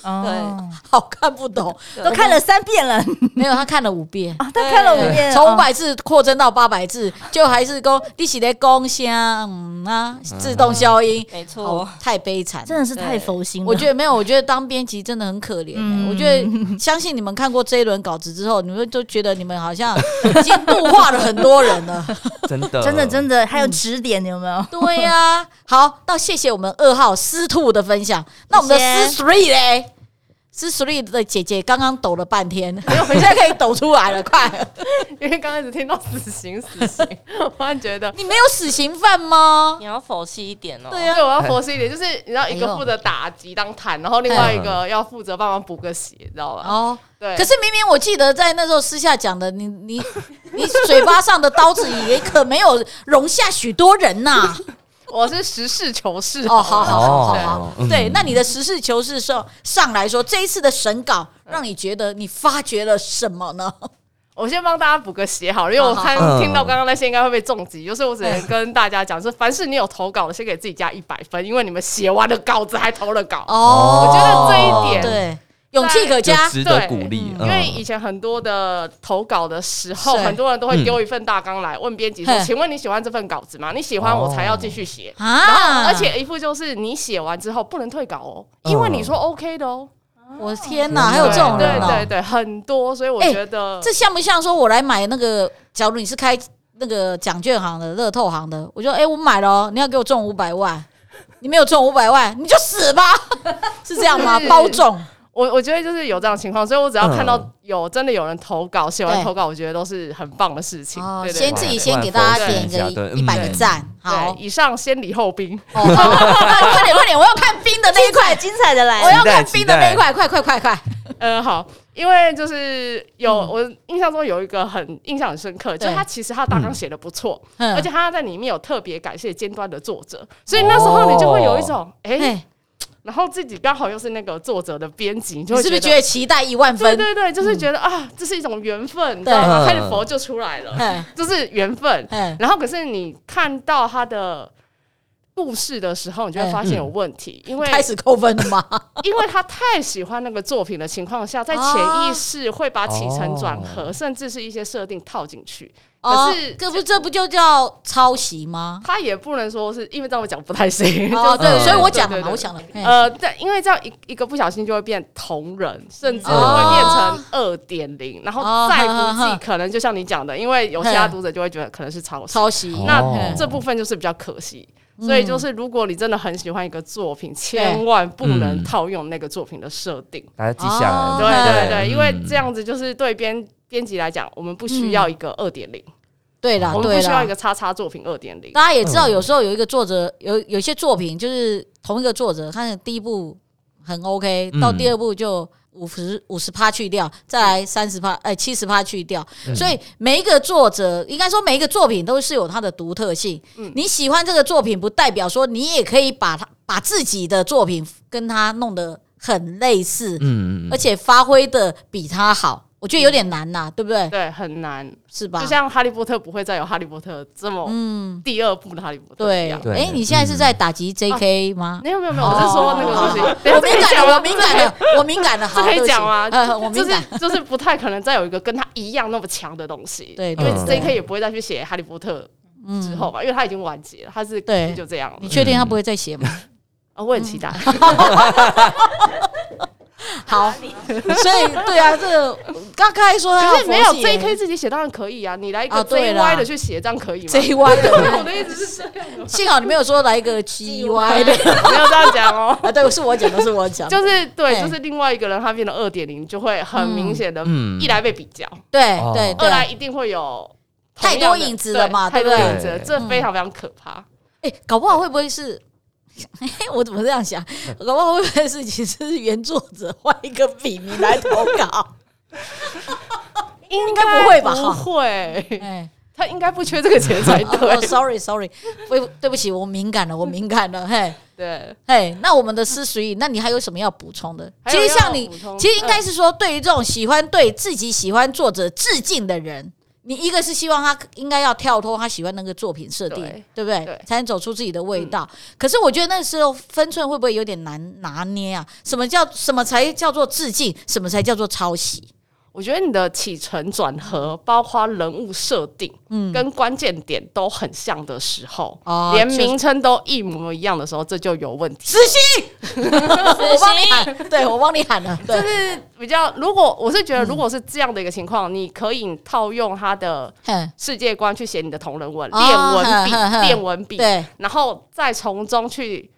Speaker 3: 哦
Speaker 2: 好看不懂。
Speaker 3: 都看了三遍了
Speaker 2: 没有，他看了五遍。
Speaker 3: 啊，他看了五遍，
Speaker 2: 从五百字扩增到八百字，就还是公你写的公虾嗯啊，自动消音，
Speaker 4: 没错
Speaker 2: 哦，，太悲惨
Speaker 3: 哦，。真的是太佛心了。
Speaker 2: 我觉得没有，我觉得当编辑真的很可怜、欸
Speaker 3: 嗯
Speaker 2: 我觉得相信你们看过这一轮稿子之后，你们都觉得你们好像已经物化了很多人了。
Speaker 1: 真的，
Speaker 3: 真的真
Speaker 1: 的，
Speaker 3: 的还有指点有没有？
Speaker 2: 对呀、 [LAUGHS] 好，到谢谢我们二号司兔的分享。那我们的
Speaker 3: 谢谢
Speaker 2: 司 three 嘞，司 three 的姐姐刚刚抖了半天，我们现在可以抖出来了，快！
Speaker 8: 因为刚开始听到死刑死刑， [LAUGHS] 我突然觉得。
Speaker 2: 你没有死刑犯
Speaker 4: [LAUGHS]
Speaker 2: 吗？
Speaker 4: 你要佛系一点哦。
Speaker 2: 对
Speaker 5: 啊
Speaker 8: 对，我要佛系一点，就是你知道，一
Speaker 2: 哎呦
Speaker 8: 个负责打击当弹，然后另外一
Speaker 5: 哎
Speaker 8: 个要负责帮忙补个血，你知道
Speaker 5: 啊
Speaker 8: 吧？
Speaker 2: 哦，
Speaker 8: 对，
Speaker 2: 可是明明我记得在那时候私下讲的，你你 [LAUGHS] 你嘴巴上的刀子也可没有容下许多人呐、
Speaker 8: 我是实事求是。
Speaker 2: 哦，好好好好
Speaker 1: 对
Speaker 2: 好，
Speaker 1: 嗯
Speaker 2: 对，那你的实事求是上上来说，这一次的审稿让你觉得你发掘了什么呢？
Speaker 8: 我先帮大家补个血好了，因为
Speaker 5: 哦
Speaker 8: 我看
Speaker 1: 好好好
Speaker 8: 听到刚刚那些应该会被重
Speaker 5: 嗯
Speaker 8: 击，就是我只能跟大家讲，是凡是你有投稿的，先给自己加一百分，因为你们写完了稿子还投了稿。
Speaker 2: 哦，
Speaker 1: 我觉
Speaker 8: 得这一点
Speaker 2: 对勇气可
Speaker 1: 就
Speaker 2: 嘉，
Speaker 1: 值得
Speaker 8: 对
Speaker 1: 鼓励，
Speaker 8: 因为
Speaker 1: 嗯
Speaker 8: 以前很多的投稿的时候，
Speaker 2: 是嗯
Speaker 8: 很多人都会丢一份大纲来问编辑说
Speaker 2: 嘿：“
Speaker 8: 请问你喜欢这份稿子吗？你喜欢我才要继续写。”然
Speaker 2: 啊！
Speaker 8: 后，而且一副就是你写完之后不能退稿哦，因为你说 OK 的哦。
Speaker 2: 我的天哪，嗯还有这种人
Speaker 8: 对对
Speaker 2: 哦！
Speaker 8: 对，很多，所以我
Speaker 2: 哎
Speaker 8: 觉得
Speaker 2: 这像不像说我来买那个？假如你是开那个奖券行的、乐透行的，我就哎、我买了哦，你要给我中五百万，你没有中五百万，你就死吧，
Speaker 8: [LAUGHS]
Speaker 2: 是这样吗？
Speaker 8: 是
Speaker 2: 包中
Speaker 8: 我我觉得就是有这样的情况，所以我只要看到
Speaker 1: 嗯
Speaker 8: 有真的有人投稿，写完
Speaker 2: 对
Speaker 8: 投稿，我觉得都是很棒的事情。
Speaker 2: 哦，
Speaker 8: 对对
Speaker 2: 先
Speaker 8: 对
Speaker 2: 自己
Speaker 1: 对
Speaker 2: 先
Speaker 1: 万
Speaker 2: 给大家
Speaker 1: 佛
Speaker 2: 点
Speaker 1: 心啊
Speaker 2: 个
Speaker 1: 对
Speaker 2: 一一百个
Speaker 1: 嗯
Speaker 2: 赞，好
Speaker 8: [LAUGHS] 对，以上先礼后兵。
Speaker 2: 哦，好好好快点快点，我要看冰的那一块，
Speaker 3: 精彩的来
Speaker 2: 我
Speaker 3: 了，
Speaker 2: 要
Speaker 1: 期待
Speaker 2: 看冰的那一块，快快快快！
Speaker 8: 呃，好，因为就是有、我印象中有一个很印象很深刻，就是
Speaker 2: 嗯对
Speaker 8: 他其实他大纲写的不错，
Speaker 2: 嗯
Speaker 8: 而且他在里面有特别感谢尖端的作者，所以那时候你就会有一种哎、
Speaker 2: 哎，
Speaker 8: 然后自己刚好又是那个作者的编辑，你就
Speaker 2: 你
Speaker 8: 会
Speaker 2: 是不是觉
Speaker 8: 觉
Speaker 2: 得期待一万
Speaker 8: [LAUGHS] 对
Speaker 2: 分？嗯
Speaker 8: 对对，就是觉得、啊，这是一种缘分，你知道吗？
Speaker 1: 对
Speaker 8: 开始佛就出来了，
Speaker 2: 嗯
Speaker 8: [LAUGHS] 就是缘分。
Speaker 2: 嗯，
Speaker 8: 然后可是你看到他的。故事的时候，你就会
Speaker 2: 嗯
Speaker 8: 发现有问题，因为
Speaker 2: 开始扣分了吗？
Speaker 8: 因为他太喜欢那个作品的情况下，在潜意识会把起承转合，甚至是一些设定套进去。
Speaker 2: 哦
Speaker 8: 可是，
Speaker 2: 这不这不就叫抄袭吗？
Speaker 8: 他也不能说是因为这样我讲不太行，
Speaker 2: 哦，
Speaker 8: 就是
Speaker 2: 对，所以我讲了嘛，
Speaker 8: 对对对
Speaker 2: 我讲了，哎
Speaker 8: 呃，但因为这样一一个不小心就会变同人，甚至
Speaker 2: 哦
Speaker 8: 会变成二点零，然
Speaker 2: 哦
Speaker 8: 后
Speaker 2: 哼
Speaker 8: 再不
Speaker 2: 哼哼
Speaker 8: 济，可能就像你讲的，因为有其他读者就会觉得可能是抄袭。
Speaker 2: 抄袭，
Speaker 8: 那
Speaker 1: 哦
Speaker 8: 这部分就是比较可惜。所以就是，如果你真的很喜欢一个作品，千万不能套用那个作品的设定。
Speaker 1: 把它记下来。
Speaker 2: 哦
Speaker 8: 对对对，
Speaker 1: 嗯
Speaker 8: 因为这样子就是对编编辑来讲，我们不需要一个二点零，
Speaker 2: 对啦
Speaker 8: 我，
Speaker 2: 嗯
Speaker 8: 们
Speaker 2: 对
Speaker 8: 不需要
Speaker 2: 啦
Speaker 8: 一。个叉叉作品二点零。
Speaker 2: 大家也知道，有时候有一个作者，有有些作品就是同一个作者，他的第一部很 OK，
Speaker 1: 嗯
Speaker 2: 到第二部就五十五十趴去掉，再来三十趴，哎七十趴去掉。
Speaker 1: 嗯
Speaker 2: 所以每一个作者，应该说每一个作品都是有它的独特性。
Speaker 8: 嗯
Speaker 2: 你喜欢这个作品，不代表说你也可以把它把自己的作品跟它弄得很类似，
Speaker 1: 嗯嗯
Speaker 2: 而且发挥的比它好。我觉得有点难呐、对不对？
Speaker 8: 对，很难。
Speaker 2: 是吧？嗯
Speaker 8: 就像《哈利波特》不会再有《哈利波特》这么第二部的《哈利波特》一
Speaker 2: 对，
Speaker 8: 样。
Speaker 1: 对
Speaker 2: 哎，你现在是在打击 JK 吗？
Speaker 8: 没有没有没有，我是说那个东西
Speaker 2: 哦，
Speaker 8: 等一
Speaker 2: [LAUGHS]
Speaker 8: 下
Speaker 2: 我
Speaker 8: 这可
Speaker 2: 敏
Speaker 8: 以
Speaker 2: 感
Speaker 8: 讲
Speaker 2: 了，
Speaker 8: 吗
Speaker 2: 我敏感了，我敏感了，
Speaker 8: 这
Speaker 2: 好，
Speaker 8: 可以
Speaker 2: 对不起
Speaker 8: 讲吗？
Speaker 2: 呃，我敏
Speaker 8: 就是
Speaker 2: 感，
Speaker 8: 就是不太可能再有一个跟他一样那么强的东西，
Speaker 2: 对
Speaker 8: 因为
Speaker 1: 嗯
Speaker 8: J.K. 也不会再去写《哈利波特》之后吧，因为他已经完结了，他是
Speaker 2: 对
Speaker 8: 就这样了
Speaker 2: 嗯你。确定他不会再写吗？
Speaker 8: 啊，我很期待，
Speaker 2: 嗯
Speaker 8: 嗯
Speaker 2: 好，所以对啊，这个刚才说他
Speaker 8: [LAUGHS] 可是没有
Speaker 2: [LAUGHS] 佛系
Speaker 8: J.K. 自己写当然可以啊，你来一
Speaker 2: 啊
Speaker 8: 个
Speaker 2: 对啦
Speaker 8: J.Y. 的去写，这样可以吗？
Speaker 2: JY 的，
Speaker 8: 我的意思是这样，
Speaker 2: [LAUGHS] 幸好你没有说来一个 GY
Speaker 8: [LAUGHS]
Speaker 2: 的
Speaker 8: 没有这样讲哦。
Speaker 2: 啊，对，是我讲的，是我讲的，
Speaker 8: 就是对，
Speaker 2: 对
Speaker 8: 就是另外一个人他变成二点零，就会很明显的，
Speaker 1: 嗯
Speaker 8: 一来被比较，
Speaker 2: 对
Speaker 1: 哦
Speaker 2: 对
Speaker 8: 二来
Speaker 2: 对，
Speaker 8: 一定会有
Speaker 2: 太多影子了嘛
Speaker 8: 对太
Speaker 2: 对不
Speaker 8: 多
Speaker 2: 对
Speaker 8: 影子了，这非常非常可怕。
Speaker 2: 哎，搞不好会不会是？嘿我怎么这样想？搞不好会不会是其实是原作者换一个笔名来投
Speaker 8: [LAUGHS]
Speaker 2: 稿？
Speaker 8: 应
Speaker 2: 嗯该不会吧
Speaker 8: 不会，
Speaker 2: 哎，
Speaker 8: 他应该不缺这个钱
Speaker 2: [LAUGHS]
Speaker 8: 才
Speaker 2: 哦
Speaker 8: 对。
Speaker 2: ，sorry，sorry，对对不起，我敏感了，我敏感了，嘿。
Speaker 8: 对，
Speaker 2: 哎，那我们的私水，那你还有什么要补充的？
Speaker 8: 还
Speaker 2: 其
Speaker 8: 有
Speaker 2: 实像
Speaker 8: 要
Speaker 2: 你
Speaker 8: 补充，呃
Speaker 2: 其实应该是说，对于这种喜欢对自己喜欢作者致敬的人，你一个是希望他应该要跳脱他喜欢那个作品设定，
Speaker 8: 对
Speaker 2: 对不对？
Speaker 8: 对
Speaker 2: 才能走出自己的味道。可是我觉得那时候分寸会不会有点难拿捏啊？什么叫什么才叫做致敬？什么才叫做抄袭？
Speaker 8: 我觉得你的起承转合，包括人物设定，嗯，跟关键点都很像的时候，
Speaker 2: 哦
Speaker 8: 连
Speaker 2: 就是
Speaker 8: 名称都一模一样的时候，这就有问题。
Speaker 2: 死刑！我帮你喊，对我帮你喊
Speaker 8: [LAUGHS]
Speaker 2: 了，对，
Speaker 8: 就是比较，如果我是觉得，如果是这样的一个情况，你可以套用他的
Speaker 2: 哼
Speaker 8: 世界观去写你的同人文，
Speaker 2: 哦
Speaker 8: 练文
Speaker 2: 哼哼
Speaker 8: 笔，练文笔，
Speaker 2: 对
Speaker 8: 然后再从中去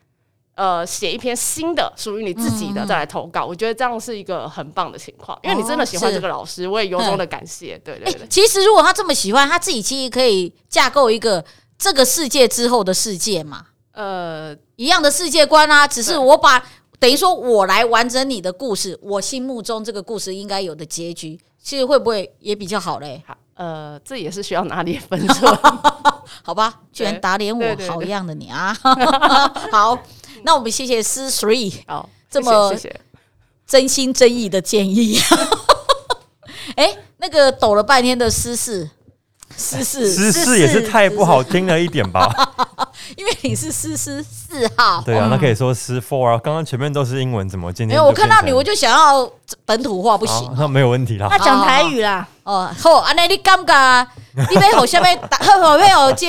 Speaker 8: 呃写一篇新的属于你自己的，
Speaker 2: 嗯
Speaker 8: 再来投稿。我觉得这样是一个很棒的情况，因为你真的喜欢
Speaker 2: 哦是
Speaker 8: 这个老师，我也由衷的感谢。对对
Speaker 2: 哎、
Speaker 8: 对，
Speaker 2: 其实如果他这么喜欢，他自己其实可以架构一个这个世界之后的世界嘛，
Speaker 8: 呃，
Speaker 2: 一样的世界观啊，只是我把等于说我来完整你的故事，我心目中这个故事应该有的结局，其实会不会也比较好嘞？
Speaker 8: 好，呃，这也是需要拿捏
Speaker 2: [LAUGHS]
Speaker 8: 分寸。
Speaker 2: 好吧，居然打脸
Speaker 8: 对
Speaker 2: 我，
Speaker 8: 对
Speaker 2: 好
Speaker 8: 对
Speaker 2: 样的你啊！ [LAUGHS] 好，那我们谢谢思 three
Speaker 8: 好，
Speaker 2: 这么
Speaker 8: 谢谢谢谢。
Speaker 2: 真心真意的建议。 [LAUGHS] 哎、那个抖了半天的思四，思四，
Speaker 6: 姿势也是太不好听了一点
Speaker 2: [LAUGHS]
Speaker 6: 吧？
Speaker 2: 因为你是思思四号，
Speaker 6: 对啊，那可以说诗 four 啊。刚刚前面都是英文，怎么今
Speaker 2: 没
Speaker 6: 天
Speaker 2: 有，我看到你我
Speaker 6: 就
Speaker 2: 就想要本土化，不
Speaker 6: 不
Speaker 2: 行
Speaker 6: 那没有问题啦
Speaker 3: 那。讲台语啦，
Speaker 2: 哦。好，安尼你感觉，你要互下面， [LAUGHS] 好要互这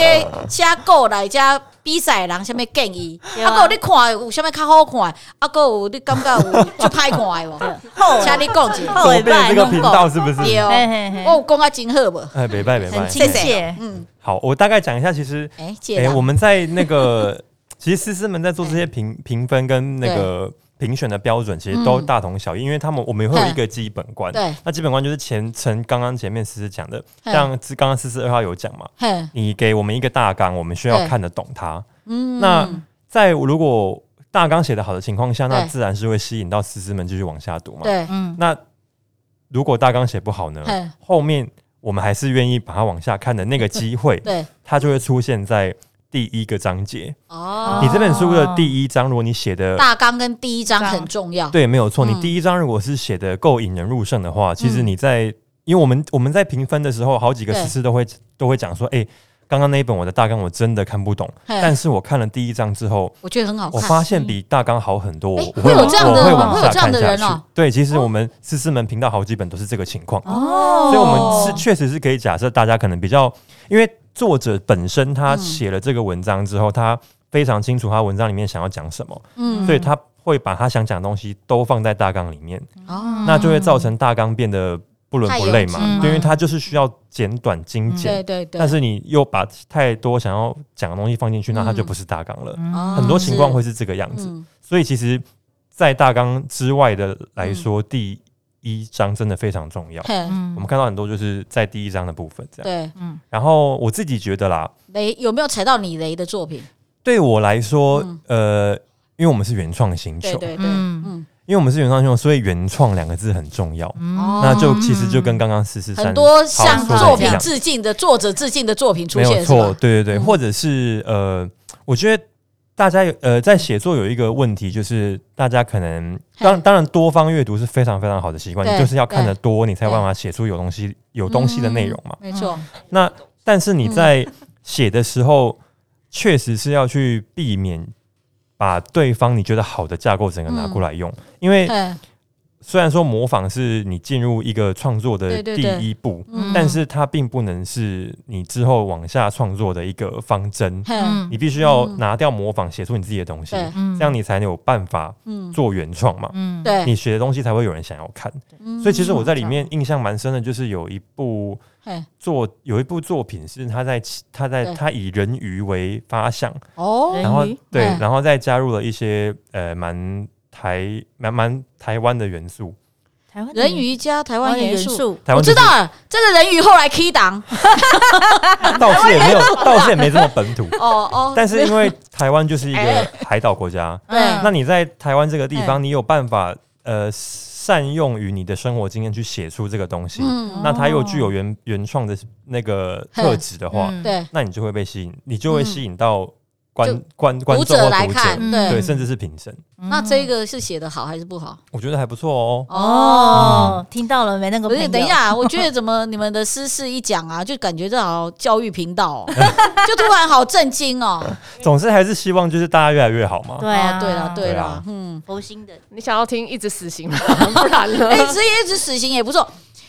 Speaker 2: 写歌来遮比赛的人下面建议，啊，还有你看有啥物较好看，啊，还有你感觉 [LAUGHS] 有就歹看的无，
Speaker 3: 后
Speaker 2: 请你讲一下。
Speaker 3: 后
Speaker 6: 怎么变成这个频道是不是？
Speaker 2: 对，
Speaker 3: 嘿嘿嘿
Speaker 2: 我有讲啊真好无？
Speaker 6: 哎，北拜北拜，
Speaker 2: 很
Speaker 3: 谢
Speaker 2: 亲切
Speaker 3: 谢。
Speaker 2: 嗯，
Speaker 6: 好，我大概讲一下，其实
Speaker 2: 哎，
Speaker 6: 哎、
Speaker 2: 姐啦，
Speaker 6: 我们在那个，其实思思们在做这些评评分跟那个评选的标准，其实都大同小异，因为他们我们会有一个基本观。
Speaker 2: 嗯对，
Speaker 6: 那基本观就是前层刚刚前面思思讲的，
Speaker 2: 嗯
Speaker 6: 像之刚刚思思二号有讲嘛，
Speaker 2: 哼，
Speaker 6: 你给我们一个大纲，我们需
Speaker 2: 对
Speaker 6: 要看得懂它。
Speaker 2: 嗯，
Speaker 6: 那在如果大纲写得好的情况下，那
Speaker 2: 对
Speaker 6: 自然是会吸引到思思们继续往下读嘛。
Speaker 2: 对，
Speaker 3: 嗯，
Speaker 6: 那如果大纲写不好呢
Speaker 2: 嗯，
Speaker 6: 后面我们还是愿意把它往下看的那个机会，
Speaker 2: [LAUGHS] 对，
Speaker 6: 它就会出现在第一个章节。
Speaker 2: 哦，
Speaker 6: 你这本书的第一章，如果你写的
Speaker 2: 大纲跟第一章很重要，
Speaker 6: 对，没有错，
Speaker 2: 嗯
Speaker 6: 你第一章如果是写的够引人入胜的话，其实你在因为我们我们在评分的时候，好几个
Speaker 2: 对
Speaker 6: 诗诗都会都会讲说，哎，刚刚那一本我的大纲我真的看不懂，
Speaker 2: 嘿
Speaker 6: 但是我看了第一章之后，
Speaker 2: 我觉得嗯很好
Speaker 6: 我
Speaker 2: 看。嗯
Speaker 6: 发现比大纲好很多，
Speaker 2: 诶
Speaker 6: 我
Speaker 2: 会有
Speaker 6: 往
Speaker 2: 这样的
Speaker 6: 我会
Speaker 2: 人
Speaker 6: 往
Speaker 2: 会有
Speaker 6: 下
Speaker 2: 这样
Speaker 6: 看
Speaker 2: 的
Speaker 6: 下
Speaker 2: 人
Speaker 6: 去
Speaker 2: 哦。
Speaker 6: 对，其实我们思思们频道好几本都是这个情况，
Speaker 2: 哦
Speaker 6: 所以我们是确实是可以假设大家可能比较，因为作者本身他写了这个文章之后，他非常清楚他文章里面想要讲什么，
Speaker 2: 嗯
Speaker 6: 所以他会把他想讲的东西都放在大纲里面，
Speaker 2: 哦
Speaker 6: 那就会造成大纲变得不伦不类
Speaker 2: 太有
Speaker 6: 嘛
Speaker 2: 趣，嗯
Speaker 6: 对因为它就是需要简短精
Speaker 2: 对
Speaker 6: 简。
Speaker 2: 对对，
Speaker 6: 但是你又把太多想要讲的东西放进去，那它
Speaker 2: 嗯
Speaker 6: 就不是大纲了。
Speaker 2: 哦
Speaker 6: 很多情况会是这个样
Speaker 2: 是
Speaker 6: 子。
Speaker 2: 嗯
Speaker 6: 所以其实，在大纲之外的来说，第一章真的非常重要。
Speaker 2: 嘿
Speaker 6: 我
Speaker 3: 嗯
Speaker 6: 们看到很多就是在第一章的部分这样。
Speaker 2: 对
Speaker 6: 然后我自己觉得啦，
Speaker 2: 雷有没有踩到你雷的作品？
Speaker 6: 对我来说，
Speaker 2: 嗯
Speaker 6: 呃，因为我们是原创星
Speaker 2: 对
Speaker 6: 球，
Speaker 2: 对对，
Speaker 3: 嗯
Speaker 2: 嗯，
Speaker 6: 因为我们是原创星球，所以“原创”两个字很重要。
Speaker 2: 哦
Speaker 6: 那就其实就跟刚刚四四三
Speaker 2: 很多
Speaker 6: 好好
Speaker 2: 向
Speaker 6: 说的
Speaker 2: 作
Speaker 6: 一
Speaker 2: 品
Speaker 6: 样
Speaker 2: 致敬的作者致敬的作品出
Speaker 6: 没有
Speaker 2: 现，是
Speaker 6: 错
Speaker 2: 吧，？
Speaker 6: 对对对，
Speaker 2: 嗯
Speaker 6: 或者是呃，我觉得大家有呃在写作有一个问题，就是大家可能当
Speaker 2: 嘿
Speaker 6: 当然多方阅读是非常非常好的习惯，
Speaker 2: 对
Speaker 6: 你就是要看
Speaker 2: 对嗯
Speaker 6: 得多，你才有办法写出有东西有东西的内容嘛。
Speaker 2: 没错，
Speaker 6: 那但是你在
Speaker 2: 嗯
Speaker 6: 写的时候，确、实是要去避免把对方你觉得好的架构整个拿过来用，
Speaker 2: 嗯
Speaker 6: 因为
Speaker 2: 对
Speaker 6: 虽然说模仿是你进入一个创作的
Speaker 2: 对对
Speaker 6: 第
Speaker 2: 对
Speaker 6: 一步，
Speaker 2: 嗯
Speaker 6: 但是它并不能是你之后往下创作的一个方针。
Speaker 2: 嘿
Speaker 3: 嗯
Speaker 6: 你必须要拿掉模仿，写出你自己的东西，
Speaker 2: 对
Speaker 3: 嗯
Speaker 6: 这样你才有办法
Speaker 2: 嗯，
Speaker 6: 做原创嘛。
Speaker 3: 嗯
Speaker 2: 对，
Speaker 6: 你写的东西才会有人想要看。
Speaker 2: 嗯
Speaker 6: 所以其实我在里面印象蛮深的，就是有一部
Speaker 2: 嘿
Speaker 6: 做有一部作品是他在他在
Speaker 2: 对
Speaker 6: 他以人鱼为发想，
Speaker 2: 哦
Speaker 3: 人
Speaker 6: 然后
Speaker 3: 鱼
Speaker 6: 对
Speaker 2: 嗯，
Speaker 6: 然后再加入了一些呃蛮台蛮蛮台湾的元素，
Speaker 3: 台湾的
Speaker 2: 人鱼加台
Speaker 3: 台
Speaker 2: 湾
Speaker 3: 湾
Speaker 2: 元
Speaker 3: 元
Speaker 2: 素。
Speaker 3: 素，
Speaker 6: 台
Speaker 2: 我
Speaker 6: 湾
Speaker 2: 知
Speaker 6: 就是
Speaker 2: 道了，这个人鱼后来 K 档，
Speaker 6: 倒是也没有倒是也没这么本土，
Speaker 2: 哦 [LAUGHS]
Speaker 6: [LAUGHS]
Speaker 2: 哦，哎
Speaker 6: 但是因为台湾就是一个海岛国家，
Speaker 2: 对
Speaker 3: 嗯
Speaker 6: 那你在台湾这个地
Speaker 2: 哎
Speaker 6: 方，你有办法呃善用于你的生活经验去写出这个东西，
Speaker 2: 嗯，
Speaker 6: 那它又具有原原创的那个特质的话，
Speaker 3: 嗯
Speaker 2: 对，
Speaker 6: 那你就会被吸引，你就会
Speaker 2: 嗯
Speaker 6: 吸引到观
Speaker 2: 就
Speaker 6: 观观
Speaker 2: 读
Speaker 6: 众或
Speaker 2: 来
Speaker 6: 读者
Speaker 2: 看，。
Speaker 3: 嗯
Speaker 6: 对，
Speaker 2: 对，
Speaker 6: 甚至是评审，
Speaker 2: 那这个是写的好还是不好？
Speaker 6: 我觉得还不错哦。
Speaker 3: 哦，听到了没？那个
Speaker 2: 不是，
Speaker 3: 朋
Speaker 2: 等一
Speaker 3: 友， [LAUGHS]
Speaker 2: 下，啊我觉得怎么你们的私事一讲啊，就感觉这好教育频
Speaker 3: [LAUGHS]
Speaker 2: 道、哦，就突然好震惊哦。
Speaker 6: 总之还是希望就是大家越来越好嘛。
Speaker 3: 对啊，
Speaker 2: 哦对了，对
Speaker 6: 对
Speaker 2: 了
Speaker 6: 啊，
Speaker 2: 嗯，
Speaker 3: 佛心的，
Speaker 8: 你想要听一直死刑
Speaker 2: [LAUGHS]
Speaker 8: 吗？不然呢
Speaker 2: 哎、？直接一直死刑也不错。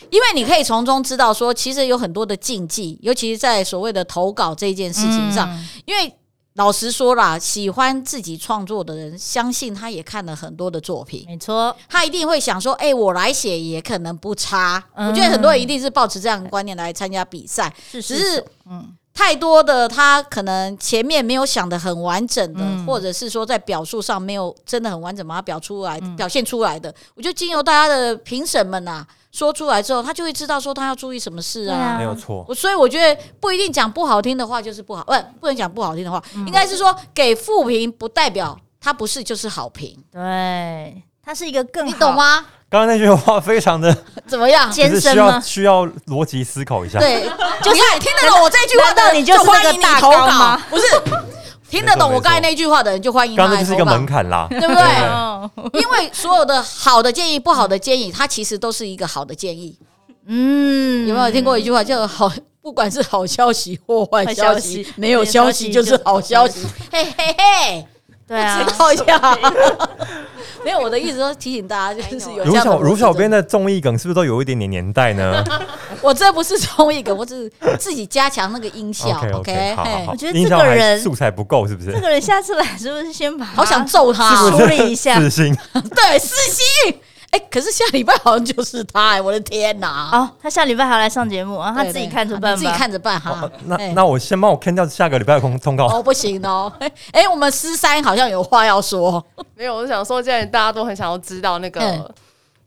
Speaker 2: 因为你可以从中知道说，其实有很多的禁忌，尤其是在所谓的投稿这件事情
Speaker 3: 嗯
Speaker 2: 上，因为老实说啦，喜欢自己创作的人，相信他也看了很多的作品，
Speaker 3: 没错，
Speaker 2: 他一定会想说：“哎、我来写也可能不差。
Speaker 3: 嗯
Speaker 2: 我觉得很多人一定是抱持这样的观念来参加比赛，
Speaker 3: 是
Speaker 2: 只是
Speaker 3: 嗯
Speaker 2: 太多的他可能前面没有想的很完整的，
Speaker 3: 嗯
Speaker 2: 或者是说在表述上没有真的很完整把它表出来、
Speaker 3: 嗯
Speaker 2: 表现出来的，我觉得经由大家的评审们啊说出来之后，他就会知道说他要注意什么事
Speaker 3: 对
Speaker 2: 啊
Speaker 3: 啊。
Speaker 6: 没有错，
Speaker 2: 我所以我觉得不一定讲不好听的话就是不好，不不能讲不好听的话，应该是说给负评不代表它不是就是好评，
Speaker 3: 对，它是一个更
Speaker 2: 你懂？吗？
Speaker 6: 刚刚那句话非常的，
Speaker 2: 怎么
Speaker 3: [LAUGHS]
Speaker 2: 样？
Speaker 6: 就
Speaker 3: 艰
Speaker 6: 是
Speaker 3: 深
Speaker 6: 需
Speaker 3: 吗
Speaker 6: 要？需要逻辑思考一下。
Speaker 2: 对，就是听得懂我这句话
Speaker 3: 难道
Speaker 2: 的，
Speaker 3: 你就是
Speaker 2: 欢
Speaker 3: 那个
Speaker 2: 迎你
Speaker 3: 大
Speaker 2: 投稿
Speaker 3: 纲吗，
Speaker 2: 不是？听得懂我
Speaker 6: 没错
Speaker 2: 刚才那句话的人就欢迎他
Speaker 6: 刚刚那
Speaker 2: 来
Speaker 6: 就是一
Speaker 2: 投
Speaker 6: 个
Speaker 2: 稿
Speaker 6: 门，槛啦。
Speaker 2: 对不
Speaker 6: 对
Speaker 2: 对？
Speaker 3: 哦，
Speaker 2: 因为所有的好的建议、不好的建议，它其实都是一个好的建议。
Speaker 3: 嗯
Speaker 2: 有没有听过一句话叫“好”？不管是好消息或坏消
Speaker 3: 坏
Speaker 2: 息
Speaker 3: 消息，
Speaker 2: 没有消息就是好消息。嘿嘿嘿，
Speaker 3: 对 [LAUGHS] 啊
Speaker 2: 知，道一下。 [LAUGHS] 没有，我的意思说提醒大家，
Speaker 3: 哦
Speaker 2: 就是有这
Speaker 6: 如
Speaker 2: 样的
Speaker 6: 小如小编
Speaker 2: 的，
Speaker 6: 的综艺梗是不是都有一点点年代呢
Speaker 2: 我这不是综艺梗，我只是自己加强那个音
Speaker 6: [LAUGHS]
Speaker 2: 效。
Speaker 6: ？OK
Speaker 2: OK，
Speaker 6: OK，好好
Speaker 2: 嘿
Speaker 6: 好，
Speaker 3: 我觉得
Speaker 6: 音
Speaker 3: 这
Speaker 6: 效
Speaker 3: 个
Speaker 6: 还
Speaker 3: 人
Speaker 6: 素材不够是不是
Speaker 3: 这？个人下次来是不是先把
Speaker 2: 好想揍他哦。
Speaker 6: [LAUGHS]
Speaker 3: 是处理一下
Speaker 6: 自信
Speaker 2: 对，四星。哎、可是下礼拜好像就是他、哎，我的天哪！
Speaker 3: 哦，他下礼拜还要来上节目啊，他
Speaker 2: 对
Speaker 3: 自己
Speaker 2: 对
Speaker 3: 看着办吧，
Speaker 2: 自己看着办哈。
Speaker 6: 哦那
Speaker 2: 哎
Speaker 6: 那我先帮我 can 掉下个礼拜的通通告
Speaker 2: 哦，。不行哦。 [LAUGHS] 哎、哎我们十三好像有话要说。
Speaker 8: 没有，我是想说，既然大家都很想要知道那
Speaker 2: 嗯
Speaker 8: 个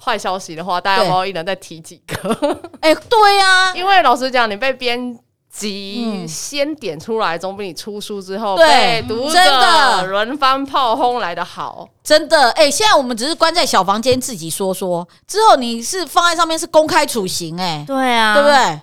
Speaker 8: 坏消息的话，大家
Speaker 2: 对
Speaker 8: 不要一人再提几个，
Speaker 2: [LAUGHS] 哎、对呀、
Speaker 8: 因为老实讲，你被编辑
Speaker 2: 嗯
Speaker 8: 先点出来，总比你出书之后
Speaker 2: 对
Speaker 8: 被读
Speaker 2: 真的
Speaker 8: 者轮番炮轰来的好。 [LAUGHS]
Speaker 2: 真的。哎、现在我们只是关在小房间自己说说，之后你是放在上面是公开处刑、哎、
Speaker 3: 对啊，
Speaker 2: 对不？对？然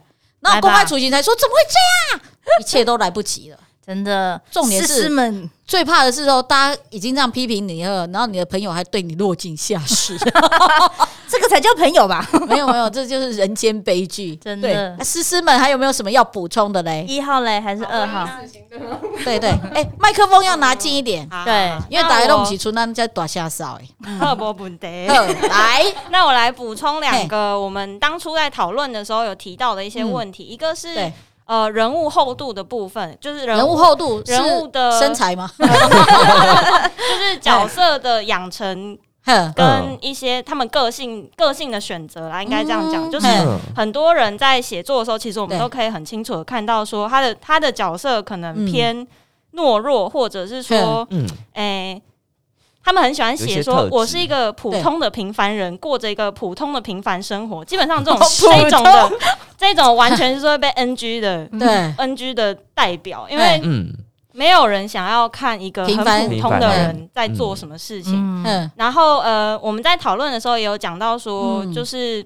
Speaker 2: 后
Speaker 3: 来吧
Speaker 2: 公开处刑才说怎么会这样，一切都来不及了。
Speaker 3: 真的，
Speaker 2: 重点是
Speaker 3: 师师们
Speaker 2: 最怕的是说，大家已经这样批评你了，然后你的朋友还对你落井下石。 [LAUGHS]
Speaker 3: 这个才叫朋友吧？
Speaker 2: 没有没有，这就是人间悲剧，
Speaker 3: 真的
Speaker 2: 对那诗诗们还有没有什么要补充的嘞？
Speaker 3: 一号嘞还是二号？
Speaker 2: 对对，哎、麦克风要拿近一点，
Speaker 3: 对
Speaker 2: 因为大家弄不起出，那叫短下少哎。
Speaker 4: 特博本得。
Speaker 2: 好来，
Speaker 4: [LAUGHS] 那我来补充两个我们当初在讨论的时候有提到的一些问题，一个是
Speaker 2: 对，
Speaker 4: 呃人物厚度的部分，就是人
Speaker 2: 人物
Speaker 4: 物呃嗯
Speaker 2: 厚度是
Speaker 4: [LAUGHS] 人物的
Speaker 2: 身材吗？
Speaker 4: 就是角色的养成
Speaker 2: 哼，
Speaker 6: 嗯
Speaker 4: 跟一些他们个性个性的选择啦，应该这样讲，
Speaker 2: 嗯
Speaker 4: 就是
Speaker 2: 嗯
Speaker 6: 嗯
Speaker 4: 很多人在写作的时候，其实我们
Speaker 2: 对
Speaker 4: 都可以很清楚的看到，说他的他的角色可能
Speaker 2: 嗯
Speaker 4: 偏懦弱，或者是说，
Speaker 1: 嗯，
Speaker 4: 诶、他们很喜欢
Speaker 1: 有一
Speaker 4: 写
Speaker 1: 些
Speaker 4: 说
Speaker 1: 特，质
Speaker 4: 我是一个普
Speaker 2: 对
Speaker 4: 通的平凡人，过着一个普通的平凡生活。基本上这种
Speaker 2: 普
Speaker 4: 这种的这种完全是会被 NG 的
Speaker 2: 对
Speaker 4: NG 的代表，因
Speaker 2: 哎
Speaker 4: 为
Speaker 1: 嗯，
Speaker 4: 没有人想要看一个
Speaker 2: 平凡
Speaker 4: 很普通的人在
Speaker 1: 嗯
Speaker 4: 做什么事情。
Speaker 3: 嗯，
Speaker 2: 嗯
Speaker 4: 然后呃，我们在讨论的时候也有讲到说，
Speaker 2: 嗯
Speaker 4: 就是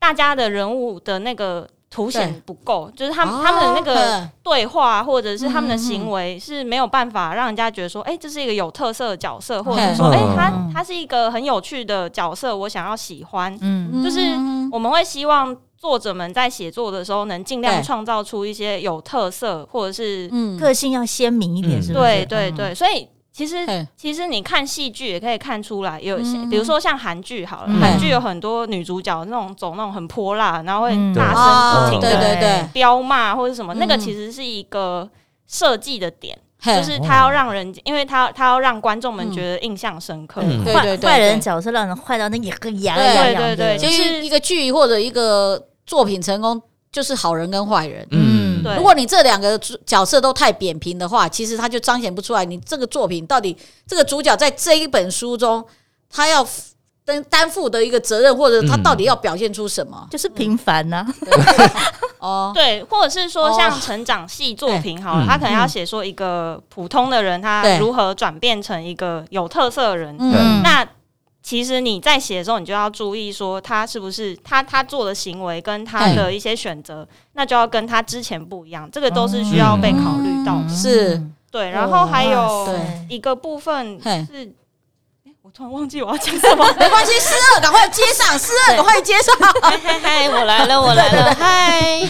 Speaker 4: 大家的人物的那个凸
Speaker 2: 对
Speaker 4: 显不够，就是他们、他们的那个
Speaker 2: 哦
Speaker 4: 对话或者是他们的
Speaker 2: 嗯嗯
Speaker 4: 行为是没有办法让人家觉得说，哎、这是一个有特色的角色，或者
Speaker 2: 嗯
Speaker 4: 是说，哎、
Speaker 6: 嗯
Speaker 4: 他他是一个很有趣的角色，我想要喜欢。
Speaker 3: 嗯，
Speaker 2: 嗯
Speaker 4: 就是
Speaker 2: 嗯
Speaker 4: 我们会希望作者们在写作的时候能尽量
Speaker 2: 对
Speaker 4: 创造出一些有特色，或者是
Speaker 2: 嗯
Speaker 3: 个性要鲜明一点，
Speaker 6: 嗯
Speaker 3: 是不是？
Speaker 4: 对对
Speaker 3: 嗯，
Speaker 4: 对，所以其实
Speaker 2: 嘿
Speaker 4: 其实你看戏剧也可以看出来，有些、
Speaker 2: 嗯
Speaker 4: 比如说像韩剧好了，
Speaker 3: 嗯
Speaker 4: 韩剧有很多女主角那种走那种很泼辣，然后会
Speaker 3: 嗯
Speaker 4: 大
Speaker 2: 啊，对
Speaker 4: 声不停
Speaker 2: 对
Speaker 4: 的
Speaker 2: 对对，
Speaker 4: 彪骂或者什么，
Speaker 2: 嗯
Speaker 4: 那个其实是一个设计的点，
Speaker 2: 嘿
Speaker 4: 就是他要让人，因为他他要让观众们觉得印象深刻。
Speaker 1: 嗯
Speaker 2: 对
Speaker 3: 坏
Speaker 2: 对对
Speaker 3: 坏人
Speaker 2: 对
Speaker 3: 角色让人坏到那也个牙
Speaker 2: 对
Speaker 3: 痒
Speaker 4: 对
Speaker 3: 痒
Speaker 4: 对
Speaker 3: 的，
Speaker 4: 对
Speaker 2: 就
Speaker 4: 就是是
Speaker 2: 一个剧或者一个作品成功，就是好人跟坏人。
Speaker 1: 嗯，
Speaker 4: 对
Speaker 2: 如果你这两个主角色都太扁平的话，其实它就彰显不出来你这个作品到底这个主角在这一本书中他要担担负的一个责任，或者他
Speaker 1: 嗯
Speaker 2: 到底要表现出什么？
Speaker 3: 就是平凡呐。
Speaker 1: [LAUGHS]
Speaker 2: 哦，
Speaker 4: 对，或者是说
Speaker 2: 哦
Speaker 4: 像成长系作品好了，
Speaker 1: 嗯
Speaker 4: 他可能要写说一个普通的人，他
Speaker 2: 对
Speaker 4: 如何转变成一个有特色的人，
Speaker 2: 嗯，
Speaker 4: 那其实你在写的时候，你就要注意说他是不是他他做的行为跟他的一些选择，那就要跟他之前不一样，这个都是需要被考虑到的。
Speaker 5: 嗯
Speaker 2: 是
Speaker 3: 嗯
Speaker 4: 对，然后还
Speaker 3: 哇
Speaker 4: 有
Speaker 3: 塞
Speaker 4: 一个部分
Speaker 2: 嘿
Speaker 4: 是，诶我突然忘记我要讲什么。
Speaker 2: 没关系，四二赶快接上，四二赶快接上。
Speaker 1: [LAUGHS]
Speaker 5: 嗨嗨嗨，我来了，我来
Speaker 4: [LAUGHS]
Speaker 5: 了，嗨，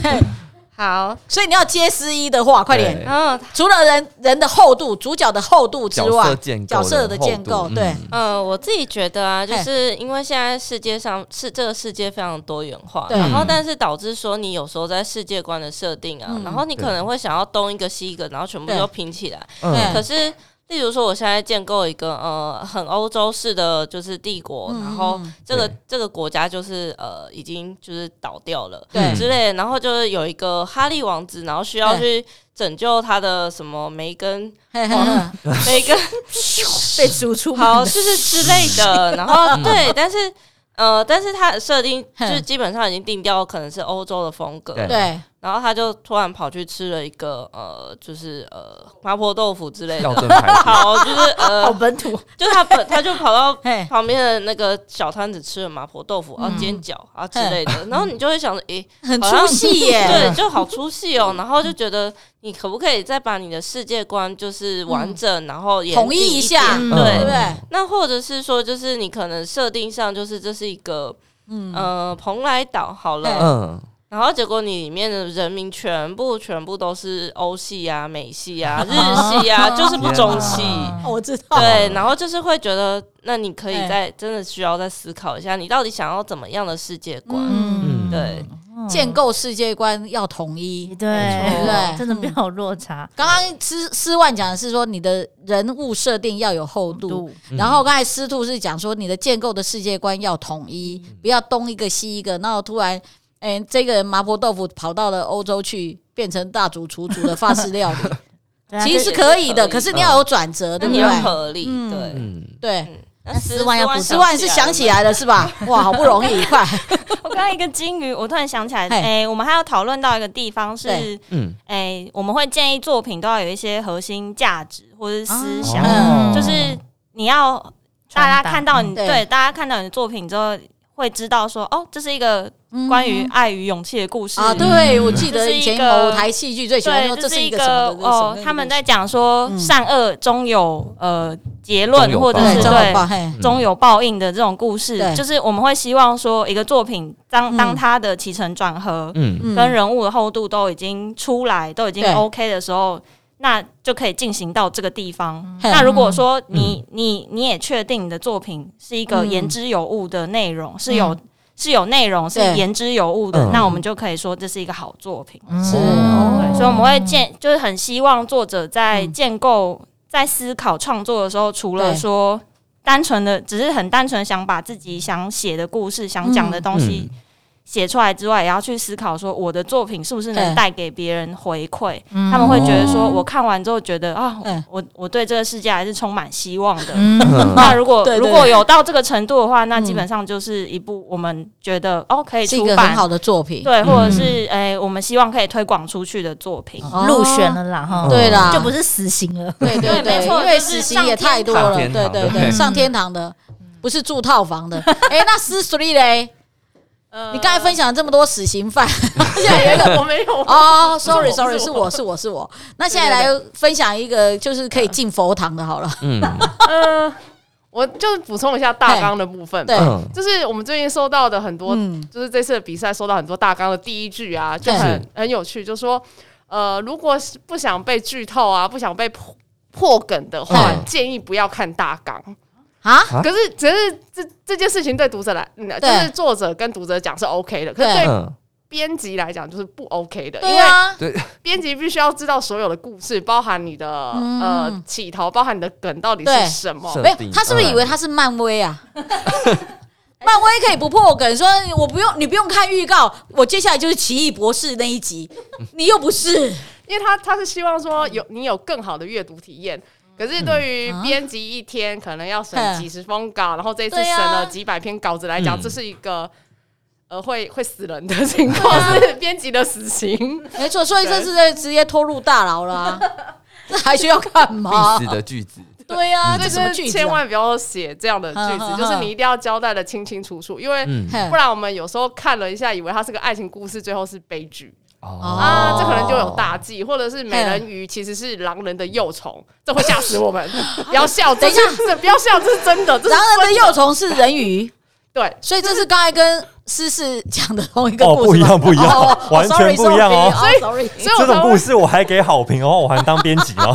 Speaker 5: 好，
Speaker 2: 所以你要接四一的话，快点。
Speaker 1: 对
Speaker 5: 嗯
Speaker 2: 除了人人的厚度、主角的厚度之
Speaker 1: 啊角
Speaker 2: 外
Speaker 1: 色，建构，
Speaker 2: 角色的建构
Speaker 1: 厚度
Speaker 2: 对
Speaker 1: 嗯
Speaker 5: 嗯，我自己觉得啊，就
Speaker 2: 嘿
Speaker 5: 是因为现在世界上是这个世界非常多元化，
Speaker 2: 对
Speaker 5: 然后
Speaker 1: 嗯
Speaker 5: 但是导致说你有时候在世界观的设定啊
Speaker 2: 嗯，
Speaker 5: 然后你可能会想要东一个西一个，然后全部
Speaker 2: 对
Speaker 5: 都拼起来。
Speaker 1: 嗯
Speaker 2: 对
Speaker 5: 可是，例如说我现在建构一个呃很欧洲式的就是帝国，
Speaker 2: 嗯
Speaker 5: 然后
Speaker 2: 嗯
Speaker 5: 这个
Speaker 1: 对
Speaker 5: 这个国家就是呃已经就是倒掉了。
Speaker 2: 对
Speaker 5: 之类的，然后就是有一个哈利王子，然后需要去拯救他的什么梅根， [LAUGHS]
Speaker 2: 嘿
Speaker 1: 嗯
Speaker 2: 嘿嘿
Speaker 5: 梅根
Speaker 3: 被逐出
Speaker 2: [LAUGHS]
Speaker 3: 门
Speaker 5: 好，
Speaker 3: 的，
Speaker 5: 就是之类的。然后对，但是呃，但是他的设定就是基本上已经定调，可能是欧洲的风格。
Speaker 1: 对
Speaker 2: 对，
Speaker 5: 然后他就突然跑去吃了一个呃，就是呃麻婆豆腐之类
Speaker 1: 校
Speaker 5: 的。
Speaker 1: 正排列
Speaker 5: 好，就是
Speaker 3: 好
Speaker 5: 呃，
Speaker 3: 本土，
Speaker 5: 就他本他就跑到
Speaker 2: [LAUGHS] 嘿嗯
Speaker 5: 旁边的那个小摊子吃了麻婆豆腐啊、煎饺啊之类的，然后你就会想着，诶、
Speaker 2: 很
Speaker 5: 好像
Speaker 2: 出戏耶。嗯
Speaker 5: 对，就好出戏哦。然后就觉得你可不可以再把你的世界观就是完整，然后也
Speaker 2: 嗯统一一
Speaker 5: 对
Speaker 2: 下嗯
Speaker 1: 对
Speaker 2: 对不对？
Speaker 5: 那或者是说，就是你可能设定上就是这是一个
Speaker 2: 嗯
Speaker 5: 呃蓬莱岛好了，
Speaker 1: 嗯，
Speaker 5: 然后结果你里面的人民全部全部都是欧系啊、美系
Speaker 4: [LAUGHS]
Speaker 5: 啊、日系啊，就是不中气。
Speaker 3: 啊
Speaker 2: 哦我知道，
Speaker 5: 对，然后就是会觉得，那你可以
Speaker 2: 哎
Speaker 5: 再真的需要再思考一下，你到底想要怎么样的世界观？
Speaker 2: 嗯，
Speaker 1: 嗯
Speaker 5: 对，
Speaker 2: 建构世界观要统一
Speaker 3: 对。
Speaker 1: 没
Speaker 2: 错
Speaker 3: 真的不要有落差。
Speaker 2: 刚刚思思万讲的是说你的人物设定要有厚度，
Speaker 3: 度
Speaker 1: 嗯
Speaker 2: 然后刚才司徒是讲说你的建构的世界观要统一，不要东一个西一个，然后突然，哎，这个人麻婆豆腐跑到了欧洲去，变成大主厨煮的法式料理，
Speaker 3: 对啊
Speaker 2: 其实
Speaker 5: 这
Speaker 2: 是
Speaker 5: 也
Speaker 2: 可
Speaker 5: 是
Speaker 2: 以
Speaker 5: 可
Speaker 2: 的，
Speaker 5: 以
Speaker 2: 可是你要有转折，
Speaker 5: 那
Speaker 2: 对不
Speaker 5: 你要
Speaker 2: 对？
Speaker 5: 合理，
Speaker 2: 嗯
Speaker 5: 对。
Speaker 1: 嗯，
Speaker 2: 对，
Speaker 5: 那
Speaker 3: 那十万要补
Speaker 2: 十万是想起来了是吧？ [LAUGHS] 哇，好不容易，快，
Speaker 4: 我刚刚一个金鱼，我突然想起来，
Speaker 2: 嘿
Speaker 4: 哎、我们还要讨论到一个地方是，
Speaker 2: 对
Speaker 4: 哎、
Speaker 1: 嗯
Speaker 4: 我们会建议作品都要有一些核心价值或是思想，
Speaker 1: 哦
Speaker 4: 就是你要大家看到你
Speaker 2: 传达嗯
Speaker 4: 对
Speaker 2: 对
Speaker 4: 大家看到你的作品之后，会知道说哦，这是一个关于爱与勇气的故事
Speaker 2: 嗯啊，
Speaker 4: 嗯
Speaker 2: 对，我记
Speaker 4: 这
Speaker 2: 得
Speaker 4: 是
Speaker 2: 以
Speaker 4: 一
Speaker 2: 前
Speaker 4: 个
Speaker 2: 某台戏剧最喜欢说
Speaker 4: 对，
Speaker 2: 这
Speaker 4: 是
Speaker 2: 是一
Speaker 4: 一
Speaker 2: 个什么的
Speaker 4: 哦，他们在讲说
Speaker 2: 嗯
Speaker 4: 善恶终有呃结
Speaker 1: 终
Speaker 4: 论，
Speaker 1: 有
Speaker 4: 或者
Speaker 1: 报
Speaker 4: 是
Speaker 1: 应嗯
Speaker 2: 对，中
Speaker 4: 对
Speaker 2: 文报嘿，
Speaker 4: 终有报应的这种故事
Speaker 2: 对，
Speaker 4: 就是我们会希望说一个作品当
Speaker 2: 嗯
Speaker 4: 当它的起承转合
Speaker 1: 嗯
Speaker 2: 嗯
Speaker 4: 跟人物的厚度都已经出来，都已经
Speaker 2: 对
Speaker 4: OK 的时候，那就可以进行到这个地方。
Speaker 2: 嘿
Speaker 4: 那如果说你、你你也确定你的作品是一个言之有物的内容，是有是有内容，是
Speaker 2: 对
Speaker 4: 言之有物的
Speaker 1: 嗯，
Speaker 4: 那我们就可以说这是一个好作品。
Speaker 2: 是
Speaker 1: 哦
Speaker 4: 对，所以我们会建，就是很希望作者在建构、在思考创作的时候，除了
Speaker 2: 嗯对
Speaker 4: 说。单纯的，只是很单纯想把自己想写的故事、想讲的东西
Speaker 1: 嗯
Speaker 4: 写出来之外，也要去思考说我的作品是不是能
Speaker 2: 对哦
Speaker 4: 带给别人回馈。
Speaker 3: 嗯
Speaker 4: 他们会觉得说，我看完之后觉得啊
Speaker 2: 嗯，
Speaker 4: 我我对这个世界还是充满希望的。
Speaker 3: 嗯，
Speaker 4: [LAUGHS] 那如果
Speaker 2: 对对
Speaker 4: 如
Speaker 2: 对
Speaker 4: 果有到这个程度的话，那基
Speaker 2: 嗯
Speaker 4: 本上就是一部我们觉得哦可以
Speaker 2: 是一
Speaker 4: 出
Speaker 2: 个很
Speaker 4: 版，
Speaker 2: 好的作品。
Speaker 4: 对，或
Speaker 1: 嗯
Speaker 4: 者是哎我们希望可以推广出去的作品。
Speaker 2: 哦
Speaker 3: 入选了啦哈，
Speaker 2: 对啊啦，
Speaker 3: 就不是死刑了。
Speaker 2: 对对
Speaker 4: 对
Speaker 2: 对，
Speaker 4: 没错
Speaker 2: 因为
Speaker 4: 就是
Speaker 2: 实习
Speaker 4: 上
Speaker 2: 也太多了，
Speaker 1: 天
Speaker 2: 对
Speaker 1: 堂
Speaker 2: 对
Speaker 1: 对
Speaker 2: 对，
Speaker 3: 嗯
Speaker 2: 上天堂的不是住套房的。哎，那私 three 嘞？你刚才分享了这么多死刑犯，现在有一个
Speaker 8: 我没有，
Speaker 2: 哦，sorry sorry，
Speaker 8: 不
Speaker 2: 是
Speaker 8: 是
Speaker 2: 我
Speaker 8: 我
Speaker 2: 是我是我。那现在来分享一个就是可以进佛堂的，好了，
Speaker 1: 嗯，
Speaker 8: 嗯，我就补充一下大纲的部分吧。
Speaker 2: 对，
Speaker 1: 嗯
Speaker 8: 就是我们最近收到的很多，
Speaker 2: 嗯
Speaker 8: 就是这次的比赛收到很多大纲的第一句啊，就很很有趣，就说呃，如果是不想被剧透啊，不想被破破梗的话，
Speaker 1: 嗯
Speaker 8: 建议不要看大纲。
Speaker 2: 啊，
Speaker 1: 啊
Speaker 8: 可是，只是这这件事情对读者来，嗯，就
Speaker 2: 对
Speaker 8: 是作者跟读者讲是 OK 的，可是
Speaker 2: 对
Speaker 8: 对
Speaker 1: 嗯，
Speaker 8: 编辑来讲就是不 OK 的，因
Speaker 2: 对
Speaker 8: 为
Speaker 2: 啊，
Speaker 8: 编辑必须要知道所有的故事，包含你的、
Speaker 2: 嗯
Speaker 8: 呃起头，包含你的梗到底
Speaker 2: 对
Speaker 8: 是什么。
Speaker 1: 设
Speaker 2: 没有
Speaker 1: 定，
Speaker 2: 他是不是以为他是漫威啊？漫威可以不破梗，说我不用你不用看预告，我接下来就是奇异博士那一集，你又不是，
Speaker 8: 因为他他是希望说有你有更好的阅读体验。
Speaker 2: 嗯
Speaker 8: 可是对于编辑一天可能要审几十封稿，然后这一次
Speaker 2: 对
Speaker 8: 审
Speaker 2: 啊
Speaker 8: 了几百篇稿子来讲，
Speaker 1: 嗯
Speaker 8: 这是一个呃会会死人的情况，
Speaker 2: 啊
Speaker 8: 是编辑的死刑。
Speaker 2: [LAUGHS] 没错，所以这次就直接拖入大牢了、
Speaker 8: [LAUGHS]
Speaker 2: 啊，那还需要干嘛
Speaker 1: 必？死的句子，
Speaker 2: 对啊，这
Speaker 8: 所以
Speaker 2: 什么
Speaker 8: 就
Speaker 2: 句
Speaker 8: 是
Speaker 2: 子、啊？
Speaker 8: 千万不要写这样的句
Speaker 2: 嗯嗯嗯
Speaker 8: 子，就是你一定要交代的清清楚楚，因为
Speaker 1: 嗯，
Speaker 2: 哼
Speaker 8: 不然我们有时候看了一下，以为它是个爱情故事，最后是悲剧
Speaker 1: 哦，
Speaker 8: 啊，这可能就有大忌，或者是美人鱼其实是狼人的幼虫，这会吓死
Speaker 2: [LAUGHS]
Speaker 8: 我们，不要笑，
Speaker 2: 等
Speaker 8: 这
Speaker 2: 一下
Speaker 8: 是这不要笑，这是真的，这是
Speaker 2: 然后呢，幼虫是人鱼， [LAUGHS]
Speaker 8: 对，
Speaker 2: 所以这是刚才跟诗诗讲的同一个
Speaker 6: 哦
Speaker 2: 故事吗、
Speaker 6: 不一样不一样 [LAUGHS] 完全不一样哦
Speaker 2: 所以 sorry，
Speaker 8: 所以
Speaker 6: 这
Speaker 8: 我
Speaker 6: 种
Speaker 8: 才
Speaker 6: 故
Speaker 8: 会，
Speaker 6: 事我还给好评哦，我还当编辑 [LAUGHS] 哦。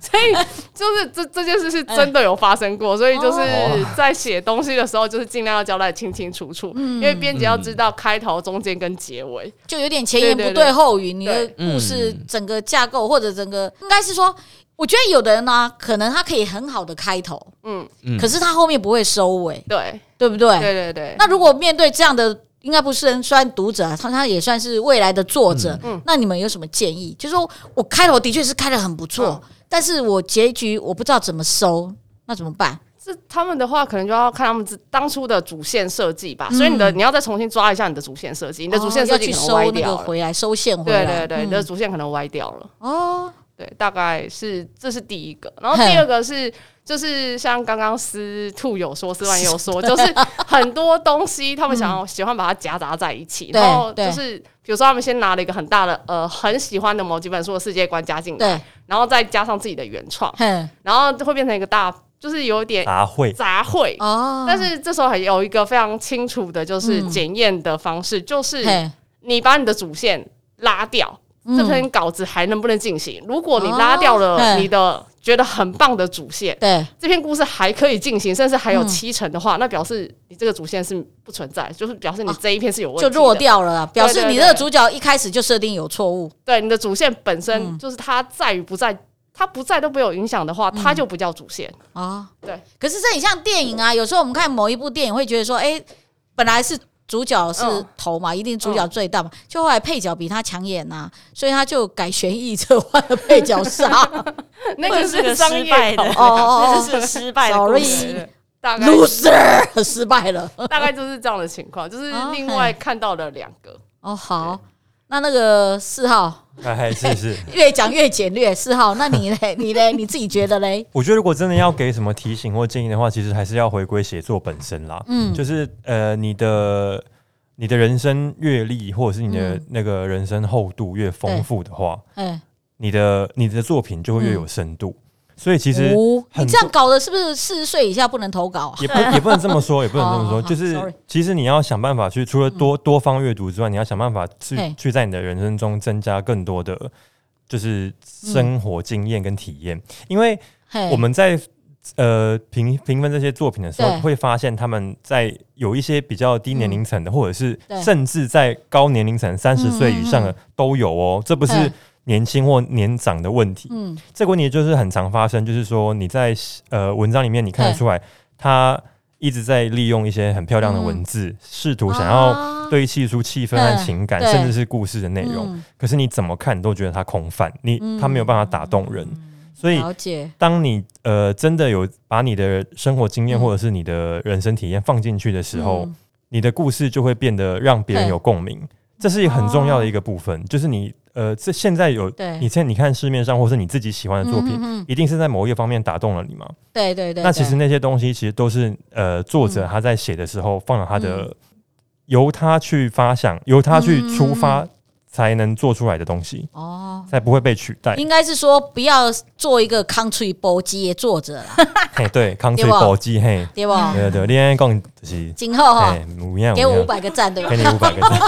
Speaker 8: 所以就是这这件事是真的有发生
Speaker 2: 嗯
Speaker 8: 过，所以就是
Speaker 2: 哦
Speaker 8: 在写东西的时候，就是尽量要交代得清清楚楚，
Speaker 2: 嗯
Speaker 8: 因为编辑要知道开头、中间跟结尾。
Speaker 2: 就有点前言不
Speaker 8: 对对
Speaker 2: 对
Speaker 8: 对
Speaker 2: 后语，你的
Speaker 8: 对
Speaker 2: 故事整个架构或者整个，应该是说，我觉得有的人呢、可能他可以很好的开头，
Speaker 8: 嗯，
Speaker 1: 嗯
Speaker 2: 可是他后面不会收尾，
Speaker 8: 对，
Speaker 2: 对不对？
Speaker 8: 对对对。
Speaker 2: 那如果面对这样的，应该不是算读者，啊他他也算是未来的作者。
Speaker 8: 嗯嗯
Speaker 2: 那你们有什么建议？就是说我开头的确是开的很不错，
Speaker 8: 嗯
Speaker 2: 但是我结局我不知道怎么收，那怎么办？
Speaker 8: 是他们的话，可能就要看他们自当初的主线设计吧。所以你的你要再重新抓一下你的主线设计，你的主线
Speaker 2: 嗯哦要
Speaker 8: 设
Speaker 2: 去
Speaker 8: 计可能歪
Speaker 2: 收那
Speaker 8: 掉
Speaker 2: 个
Speaker 8: 了。
Speaker 2: 回来，收线回
Speaker 8: 对
Speaker 2: 来。嗯
Speaker 8: 对对，你的主线可能歪掉了。
Speaker 2: 哦，
Speaker 8: 对，大概是这是第一个，然后
Speaker 2: 嘿
Speaker 8: 第二个是就是像刚刚司兔有说，司万也有
Speaker 2: [LAUGHS]
Speaker 8: 说，就是很多东西他们想要喜欢把它夹杂在一起，
Speaker 2: 对
Speaker 8: 然后
Speaker 2: 对
Speaker 8: 就是比如说他们先拿了一个很大的呃很喜欢的某几本书的世界观加进来，
Speaker 2: 哦对，
Speaker 8: 然后再加上自己的原创，
Speaker 2: 哼，
Speaker 8: 然后会变成一个大就是有点
Speaker 6: 杂烩，
Speaker 8: 杂烩。
Speaker 2: 哦，
Speaker 8: 但是这时候还有一个非常清楚的，就是
Speaker 2: 嗯
Speaker 8: 检验的方式，就是
Speaker 2: 嘿，
Speaker 8: 你把你的主线拉掉，
Speaker 2: 嗯
Speaker 8: 这篇稿子还能不能进行？如果你拉掉
Speaker 2: 哦对
Speaker 8: 了你的觉得很棒的主线，
Speaker 2: 对，
Speaker 8: 这篇故事还可以进行，甚至还有
Speaker 2: 嗯
Speaker 8: 七成的话，那表示你这个主线是不存在，就是表示你
Speaker 2: 啊
Speaker 8: 这一篇是有问题
Speaker 2: 就
Speaker 8: 的，
Speaker 2: 弱掉了啦，表示
Speaker 8: 对对
Speaker 2: 你这个主角一开始就设定有错误。
Speaker 8: 对你的主线本
Speaker 2: 嗯
Speaker 8: 身就是它在与不在，它不在都没有影响的话，
Speaker 2: 嗯
Speaker 8: 它就不叫主
Speaker 4: [LAUGHS]
Speaker 8: 线。
Speaker 2: 啊，
Speaker 8: 对。
Speaker 2: 可是这很像电影啊，有时候我们看某一部电影会觉得说，哎、本来是主角是头嘛，一定主角最大嘛，就后来配角比他抢眼呐、所以他就改弦易辙，换了配角杀。
Speaker 8: 那
Speaker 4: 这
Speaker 8: 个
Speaker 4: 是个
Speaker 8: 商
Speaker 4: 失
Speaker 8: 业
Speaker 4: 败的，
Speaker 8: 稿
Speaker 2: 哦
Speaker 4: [LAUGHS]
Speaker 2: 哦哦
Speaker 4: 这是个失败的故
Speaker 2: Sorry
Speaker 4: 事。
Speaker 8: 对对对大概
Speaker 2: loser 失败了。
Speaker 8: [LAUGHS] 大概就是这样的情况，就是
Speaker 2: 哦
Speaker 8: 另
Speaker 2: 嘿
Speaker 8: 外看到了两个。
Speaker 2: 哦，好，那那个四号
Speaker 6: 哎，
Speaker 3: [LAUGHS]
Speaker 6: 是是。
Speaker 2: 越讲越简略，四号，那你嘞，你嘞，你自己觉得嘞？
Speaker 6: 我觉得如果真的要给什么提醒或建议的话，其实还是要回归写作本身啦。
Speaker 2: 嗯，
Speaker 6: 就是呃，你的你的人生阅历或者是你的
Speaker 2: 嗯
Speaker 6: 那个人生厚度越丰富的话，
Speaker 2: 哎，
Speaker 6: 你的你的作品就会
Speaker 3: 嗯
Speaker 6: 越有深度。所以其实
Speaker 2: 哦你
Speaker 6: 很
Speaker 2: 这样搞的是不是四十岁以下不能投稿啊？
Speaker 6: [LAUGHS] 也不也不能这么说，也不能这么
Speaker 2: 哦
Speaker 6: 说，
Speaker 2: 好
Speaker 6: 就
Speaker 2: ，sorry 嗯
Speaker 6: 是其实你要想办法去，除了多多方阅读之外，你要想办法
Speaker 2: 嘿
Speaker 6: 去去在你的人生中增加更多的就是
Speaker 2: 嗯
Speaker 6: 生活经验跟体验，因为
Speaker 2: 嘿
Speaker 6: 我们在呃评评分这些作品的时候
Speaker 2: 对，
Speaker 6: 会发现他们在有一些比较低年龄层的，或者是
Speaker 2: 嗯对
Speaker 6: 甚至在高年龄层三十岁以上的都有哦，这不
Speaker 2: 嗯
Speaker 6: 是年轻或年长的问题。
Speaker 2: 嗯，
Speaker 6: 这个问题就是很常发生，就是说你在呃文章里面你看得出来，他一直在利用一些很漂亮的文字，试图想要
Speaker 2: 啊
Speaker 6: 堆砌出气氛和情感，
Speaker 2: 嗯对
Speaker 6: 甚至是故事的内容。
Speaker 2: 嗯
Speaker 6: 可是你怎么看都觉得它空泛，你它没有办法打动人。所以
Speaker 2: 嗯了解，
Speaker 6: 当你呃真的有把你的生活经验
Speaker 2: 嗯
Speaker 6: 或者是你的人生体验放进去的时候，
Speaker 2: 嗯
Speaker 6: 你的故事就会变得让别人
Speaker 2: 对哦
Speaker 6: 有共鸣，这是很重要的一个部分。就是你呃，这现在有
Speaker 2: 对
Speaker 6: 你现在你看市面上或是你自己喜欢的作品，
Speaker 2: 嗯嗯嗯
Speaker 6: 一定是在某一个方面打动了你嘛？
Speaker 2: 对对对，
Speaker 6: 那其实
Speaker 2: 对嗯
Speaker 6: 那些东西其实都是呃作者他在写的时候放了他的，由他去发想，由他去出发才能做出来的东西，
Speaker 2: 嗯哦。
Speaker 6: 才不会被取代。
Speaker 2: 应该是说不要做一个 country boy 的作者啦，
Speaker 6: 嘿，对，康
Speaker 2: 对
Speaker 6: 翠
Speaker 2: 吧
Speaker 6: 宝鸡嘿。
Speaker 2: 对吧？
Speaker 6: 对对，恋爱讲就是，
Speaker 2: 今后哈
Speaker 6: 哎，，五样
Speaker 2: 哦给我五
Speaker 6: 样，
Speaker 2: 百个赞，对吧
Speaker 6: 给？
Speaker 2: [LAUGHS]
Speaker 6: 你五百个赞，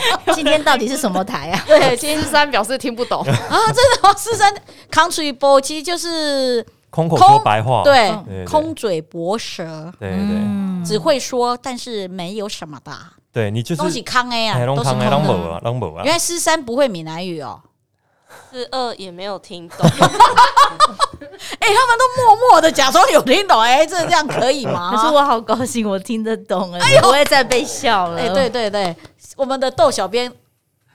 Speaker 3: [LAUGHS] 今天到底是什么台啊？
Speaker 2: 对，今天
Speaker 8: 十三表示听不懂，
Speaker 2: 啊，真的哦，四三 country boy 其实就是
Speaker 6: 空口说白话，
Speaker 2: 对
Speaker 6: 哦
Speaker 2: 嗯
Speaker 6: 对对
Speaker 2: 空嘴薄舌，
Speaker 6: 对对对
Speaker 3: 嗯
Speaker 2: 只会说，但是没有什么的啊，
Speaker 6: 对，你就
Speaker 2: 东西
Speaker 6: 是
Speaker 2: 康 A 啊，
Speaker 6: 拢
Speaker 2: 都是
Speaker 6: 康
Speaker 2: 空
Speaker 6: 哎，拢无
Speaker 2: 的。
Speaker 6: 啊，拢无啊
Speaker 2: 原，来四三不会闽南语哦，
Speaker 4: 四二也没有听懂，
Speaker 2: 哎，他们都默默的假装有听懂，哎，这这样可以
Speaker 3: [LAUGHS] 可是
Speaker 2: 吗？
Speaker 3: 我好高兴，我听得懂哎，我不会再被笑了。
Speaker 2: 哎，对，对对，我们的豆小编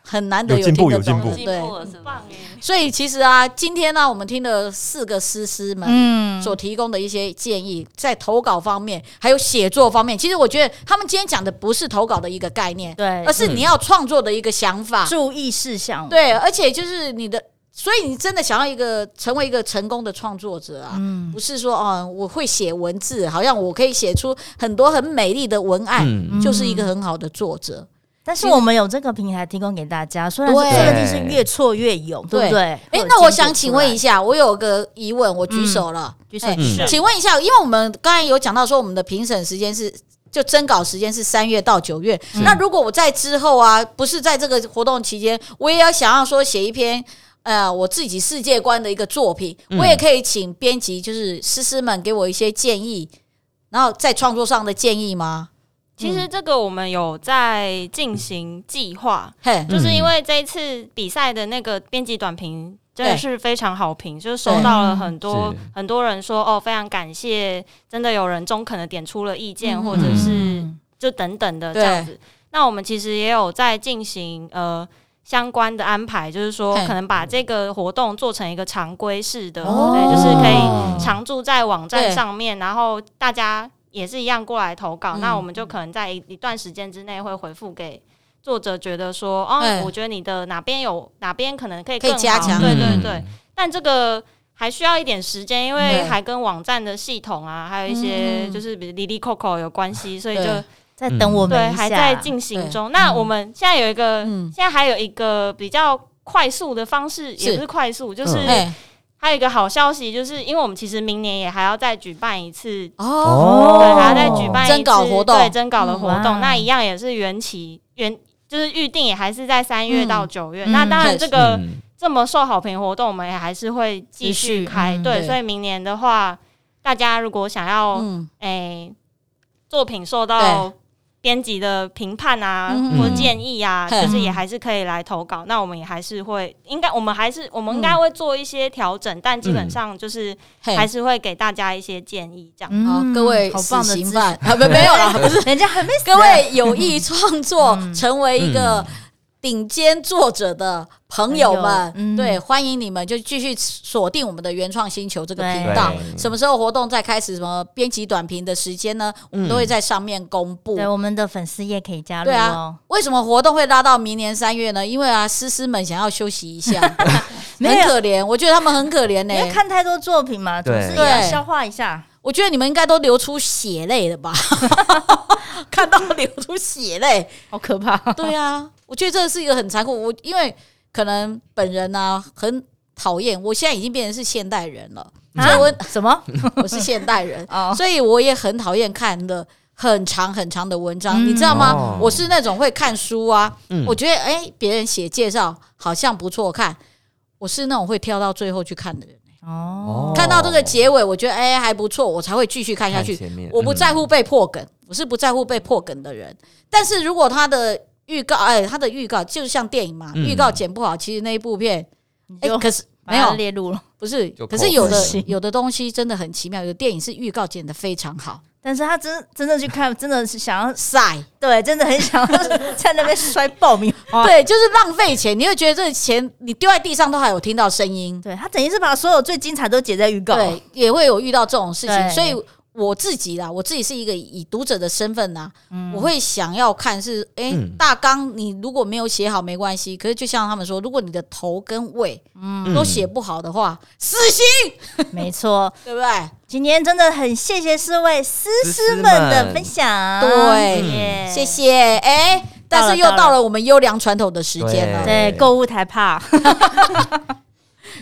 Speaker 2: 很难得
Speaker 6: 有进步
Speaker 2: 听得懂
Speaker 6: 有进步
Speaker 2: 的
Speaker 4: 进
Speaker 2: 对
Speaker 4: 步。了是吧？
Speaker 2: 所以其实啊，今天呢、我们听了四个师师们
Speaker 3: 嗯，
Speaker 2: 所提供的一些建议，在投稿方面，还有写作方面，其实我觉得他们今天讲的不是投稿的一个概念，
Speaker 3: 对嗯
Speaker 2: 而，是你要创作的一个想法，
Speaker 3: 注意事项，
Speaker 2: 对，而且就是你的。所以你真的想要一个成为一个成功的创作者啊，
Speaker 3: 嗯
Speaker 2: 不是说哦，我会写文字，好像我可以写出很多很美丽的文案，
Speaker 1: 嗯，
Speaker 2: 就是一个很好的作者。
Speaker 3: 但是我们有这个平台提供给大家，虽然说
Speaker 2: 对
Speaker 3: 这个地是越挫越勇，对不对？
Speaker 2: 哎、
Speaker 3: 会有
Speaker 2: 那我
Speaker 3: 进步
Speaker 2: 想请问一
Speaker 3: 出
Speaker 2: 下，我有个疑问，我举手了，
Speaker 3: 嗯举手
Speaker 2: 哎
Speaker 1: 嗯
Speaker 2: 请问一下，因为我们刚才有讲到说，我们的评审时间是就征稿时间是三月到九月。那如果我在之后啊，不是在这个活动期间，我也要想要说写一篇。呃，我自己世界观的一个作品，我也可以请编辑，就是诗诗们给我一些建议，然后在创作上的建议吗？嗯
Speaker 9: 其实这个我们有在进行计划，
Speaker 2: 嘿，
Speaker 9: 就是
Speaker 1: 嗯
Speaker 9: 因为这一次比赛的那个编辑短评真
Speaker 2: 对嗯
Speaker 9: 的是非常好评，就是收到了很多
Speaker 1: 是
Speaker 9: 很多人说哦，非常感谢，真的有人中肯的点出了意见，
Speaker 2: 嗯
Speaker 9: 或者
Speaker 1: 嗯
Speaker 9: 是就等等的这样
Speaker 2: 对
Speaker 9: 子。那我们其实也有在进行呃相关的安排，就是说
Speaker 2: 嘿
Speaker 9: 可能把这个活动做成一个常规式的，
Speaker 2: 哦
Speaker 9: 对，就是可以
Speaker 1: 哦
Speaker 9: 常驻在网站
Speaker 2: 对
Speaker 9: 上面，然后大家也是一样过来投稿，
Speaker 2: 嗯
Speaker 9: 那我们就可能在一一段时间之内会回复给作者，觉得说，哦，
Speaker 2: 哎
Speaker 9: 我觉得你的哪边有哪边可能可以
Speaker 2: 可以
Speaker 9: 更好
Speaker 2: 加强
Speaker 9: 对对
Speaker 1: 嗯
Speaker 9: 对，但这个。还需要一点时间，因为
Speaker 2: 对嗯
Speaker 9: 还跟网站的系统啊，还有一些就是比如 Lily Coco 有关系，所以就
Speaker 2: 对
Speaker 3: 来再等我们
Speaker 9: 对
Speaker 3: 一下，
Speaker 9: 还在进行中。那我们现在有一个，
Speaker 2: 嗯
Speaker 9: 现在还有一个比较快速的方式，
Speaker 2: 是嗯
Speaker 9: 也不是快速，就是
Speaker 2: 嘿，
Speaker 9: 还有一个好消息，就是因为我们其实明年也还要再举办一次，
Speaker 2: 哦，
Speaker 9: 对，还要再举办一次
Speaker 2: 征稿活动
Speaker 9: 对，征稿的活
Speaker 3: 嗯哇
Speaker 9: 动，那一样也是原期原就是预定也还是在三月到九月。
Speaker 3: 嗯
Speaker 9: 那当然
Speaker 2: 嗯
Speaker 9: 这个
Speaker 1: 嗯
Speaker 9: 这么受好评活动，我们也还是会继续开，
Speaker 3: 持续嗯
Speaker 9: 对，
Speaker 2: 对
Speaker 9: 所以明年的话，大家如果想要诶、
Speaker 2: 嗯，
Speaker 9: 哎作品受到编辑的评判啊，
Speaker 2: 嗯
Speaker 9: 或建议啊，
Speaker 2: 嗯
Speaker 9: 就是也还是可以来投稿。那我们也还是会，应该我们还
Speaker 2: 嗯
Speaker 9: 是我们应该会做一些调整，但基本上就是
Speaker 2: 嘿
Speaker 9: 还是会给大大家一些建议，这样。
Speaker 3: 嗯
Speaker 2: 好，哦各位
Speaker 3: 好
Speaker 2: 死
Speaker 3: 棒的
Speaker 2: 刑
Speaker 3: 资
Speaker 2: 犯 [LAUGHS]
Speaker 3: 讯，
Speaker 2: 啊，没没有了，不是
Speaker 3: 人家还没死
Speaker 2: [LAUGHS]
Speaker 3: 啊
Speaker 2: 各位有意创作，成为一个
Speaker 1: 嗯
Speaker 2: 顶尖作者的朋友们，
Speaker 3: 朋友嗯
Speaker 2: 对，欢迎你们就继续锁定我们的原创星球这个频
Speaker 1: 对
Speaker 2: 道。
Speaker 1: 对
Speaker 2: 什么时候活动再开始？什么编辑短评的时间呢？我
Speaker 1: 嗯
Speaker 2: 们都会在上面公布。
Speaker 3: 对我们的粉丝也可以加入
Speaker 2: 对
Speaker 3: 哦
Speaker 2: 啊。，为什么活动会拉到明年三月呢？因为啊，诗诗们想要休息一下，
Speaker 3: [LAUGHS] 没
Speaker 2: 很
Speaker 3: 有
Speaker 2: 可怜。我觉得他们很可怜呢、
Speaker 3: 因为看太多作品嘛，总
Speaker 1: 对
Speaker 3: 是也要消化一下。
Speaker 2: 我觉得你们应该都流出血泪
Speaker 3: [LAUGHS]
Speaker 2: 了吧？ [LAUGHS] 看到流出血泪，
Speaker 3: 好可怕！ [LAUGHS]
Speaker 2: 对啊，我觉得这是一个很残酷。我因为可能本人呢、很讨厌，我现在已经变成是现代人
Speaker 3: [LAUGHS]
Speaker 2: 了，所以我
Speaker 3: 什么？，
Speaker 2: 我是现代人
Speaker 3: 哦，
Speaker 2: 所以我也很讨厌看的很长很长的文章，
Speaker 3: 嗯
Speaker 2: 你知道吗？
Speaker 1: 哦
Speaker 2: 我是那种会看书啊，
Speaker 1: 嗯
Speaker 2: 我觉得哎，别人写介绍好像不错看，我是那种会跳到最后去看的人。
Speaker 3: 哦，
Speaker 2: 看到这个结尾，我觉得哎还不错，我才会继续看下去
Speaker 1: 看前面。
Speaker 2: 我不在乎被破梗，我是不在乎被破梗的人。但是如果他的预告，哎，他的预告就像电影嘛，
Speaker 1: 嗯
Speaker 2: 预告剪不好，其实那一部片
Speaker 3: 你
Speaker 2: 哎、
Speaker 3: 就
Speaker 2: 可是
Speaker 3: 把
Speaker 2: 没
Speaker 3: 它
Speaker 2: 有，
Speaker 3: 列入了。
Speaker 2: 不是
Speaker 1: 就，
Speaker 2: 可是
Speaker 1: 扣
Speaker 2: 有
Speaker 1: 分
Speaker 2: 的
Speaker 1: 了
Speaker 2: 有的东西真的很奇妙，有的电影是预告剪得非常好，
Speaker 3: 但是他真真的去看，真的是想要
Speaker 2: 晒，
Speaker 3: 对，真的很想要在那边摔爆米花。
Speaker 2: 对，就是浪费钱，你会觉得这个钱你丢在地上都还有听到声音，
Speaker 3: 对他等于是把所有最精彩都截在预告。
Speaker 2: 对，也会有遇到这种事情，
Speaker 3: 对
Speaker 2: 所以我自己啦，我自己是一个以读者的身份呐、我会想要看是，诶，
Speaker 1: 嗯
Speaker 2: 大纲你如果没有写好没关系，可是就像他们说，如果你的头跟尾都写不好的话，死刑，
Speaker 3: 没错。
Speaker 2: 对不对？
Speaker 3: 今天真的很谢谢四位师师们的分享，
Speaker 2: 对
Speaker 3: 耶
Speaker 2: 谢。谢，诶，但
Speaker 3: 到了
Speaker 2: 是又
Speaker 3: 到了
Speaker 2: 到了我们优良传统的时间了，
Speaker 3: 对，购物台怕，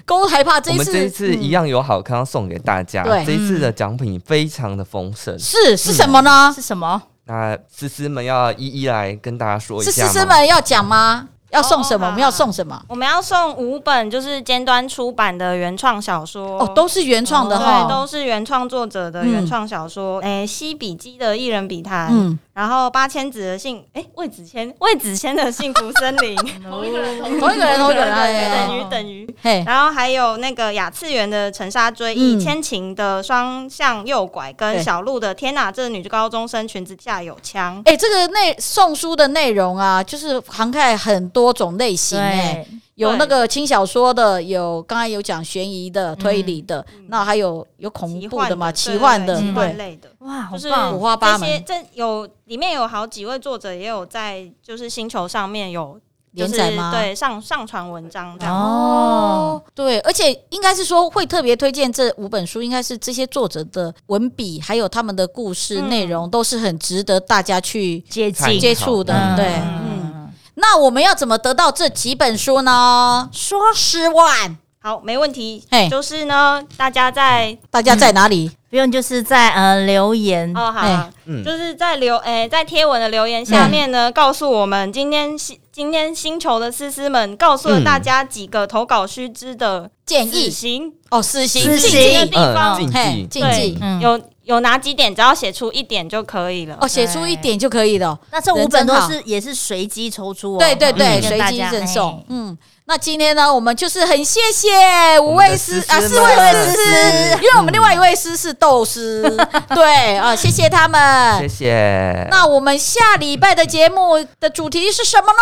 Speaker 2: 勾害怕这
Speaker 1: 我
Speaker 2: 一
Speaker 1: 们
Speaker 2: 次
Speaker 1: 这一次一样有好康送给大家，
Speaker 2: 对
Speaker 1: 这一次的奖品非常的丰盛。
Speaker 2: 是是什么呢？
Speaker 3: [LAUGHS] 是什么？
Speaker 1: 那思思们要一一来跟大家说嗯一
Speaker 2: 是
Speaker 1: 下吗？
Speaker 2: 师师们要讲吗？要送什么？
Speaker 9: 哦
Speaker 2: 我们要送什么？
Speaker 9: 我们要送五本就是尖端出版的原创小说
Speaker 2: 哦，都是原创的
Speaker 9: 对，
Speaker 2: 哈
Speaker 9: 都。是原创作者的
Speaker 2: 嗯
Speaker 9: 原创小说。诶、西比基的《一人笔谈》，
Speaker 2: 嗯
Speaker 9: 然后八千子的幸，诶、魏子谦，魏子谦的《幸福森
Speaker 2: [LAUGHS]
Speaker 9: 林》
Speaker 2: 同一个人，同一个人，哎哎哎
Speaker 9: 等于等于，
Speaker 2: 嘿，
Speaker 9: 然后还有那个雅次元的《尘沙追忆》，
Speaker 2: 嗯
Speaker 9: 千晴的《双向右拐》，跟
Speaker 2: 对
Speaker 9: 小鹿的《天哪，这女高中生裙子下有枪》。
Speaker 2: 哎，这个内送书的内容啊，就是涵盖很多种类型哎，
Speaker 3: 对，
Speaker 2: 有那个轻小说的，有刚才有讲悬疑的、推理的，那还有有恐怖的嘛，奇
Speaker 9: 奇
Speaker 2: 幻
Speaker 9: 幻
Speaker 2: 的，
Speaker 9: 奇幻
Speaker 2: 对，
Speaker 9: 类的，
Speaker 3: 哇，好
Speaker 9: 就是
Speaker 3: 棒！
Speaker 2: 五花八
Speaker 9: 这些
Speaker 2: 门
Speaker 9: 这有里面有好几位作者也有在就是星球上面有就
Speaker 2: 连
Speaker 9: 是
Speaker 2: 载吗？
Speaker 9: 对，上上传文章这样。
Speaker 3: 哦，
Speaker 2: 对，而且应该是说会特别推荐这五本书，应该是这些作者的文笔，还有他们的故事
Speaker 9: 嗯
Speaker 2: 内容，都是很值得大家去
Speaker 3: 接
Speaker 1: 太
Speaker 3: 近，
Speaker 2: 接触的。
Speaker 1: 嗯
Speaker 2: 对，嗯。
Speaker 3: 嗯，
Speaker 2: 那我们要怎么得到这几本书呢？说十万，
Speaker 9: 好，没问题
Speaker 2: 嘿。
Speaker 9: 就是呢，大家在
Speaker 2: 大家在哪里？
Speaker 3: 不用就是在呃留言，
Speaker 9: 哦，好
Speaker 2: 哎
Speaker 9: 好，
Speaker 1: 嗯
Speaker 9: 就是在留诶、在贴文的留言下面呢，告诉我们今天星今天星球的思思们告诉了大家几个投稿须知的
Speaker 2: 建
Speaker 9: 死
Speaker 2: 议
Speaker 9: 刑
Speaker 2: 哦，死刑
Speaker 3: 死
Speaker 2: 禁
Speaker 3: 刑
Speaker 2: 忌，
Speaker 1: 嗯，禁
Speaker 2: 嘿
Speaker 1: 忌，
Speaker 2: 禁忌
Speaker 3: 嗯，
Speaker 9: 有有哪几点，只要写出一点就可以了。
Speaker 2: 哦，写出一点就可以了。
Speaker 3: 那这五
Speaker 2: 人
Speaker 3: 本
Speaker 2: 真
Speaker 3: 都
Speaker 2: 好
Speaker 3: 是也是随机抽出哦，
Speaker 2: 对对对，
Speaker 3: 嗯跟
Speaker 2: 随
Speaker 3: 大
Speaker 2: 机
Speaker 3: 家
Speaker 2: 赠送
Speaker 3: 哎。
Speaker 2: 嗯，那今天呢，我们就是很谢谢五位师啊，四位师师，因为我们另外一位师是斗师，对啊，谢谢他
Speaker 1: 谢
Speaker 2: 们。
Speaker 1: 谢。
Speaker 2: 那我们下礼拜的节目的主题是什么呢？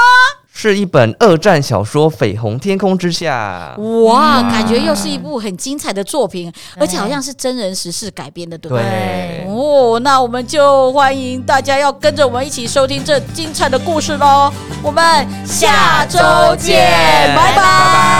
Speaker 1: 是一本二战小说《绯红天空之下》，
Speaker 2: 哇，嗯感觉又是一部很精彩的作品，而且
Speaker 3: 对
Speaker 2: 好像是真人实事改编的，对不对？
Speaker 1: 对，
Speaker 2: 哦，那我们就欢迎大家要跟着我们一起收听这精彩的故事喽。我们下周见，拜
Speaker 1: 拜
Speaker 2: 拜。
Speaker 1: 拜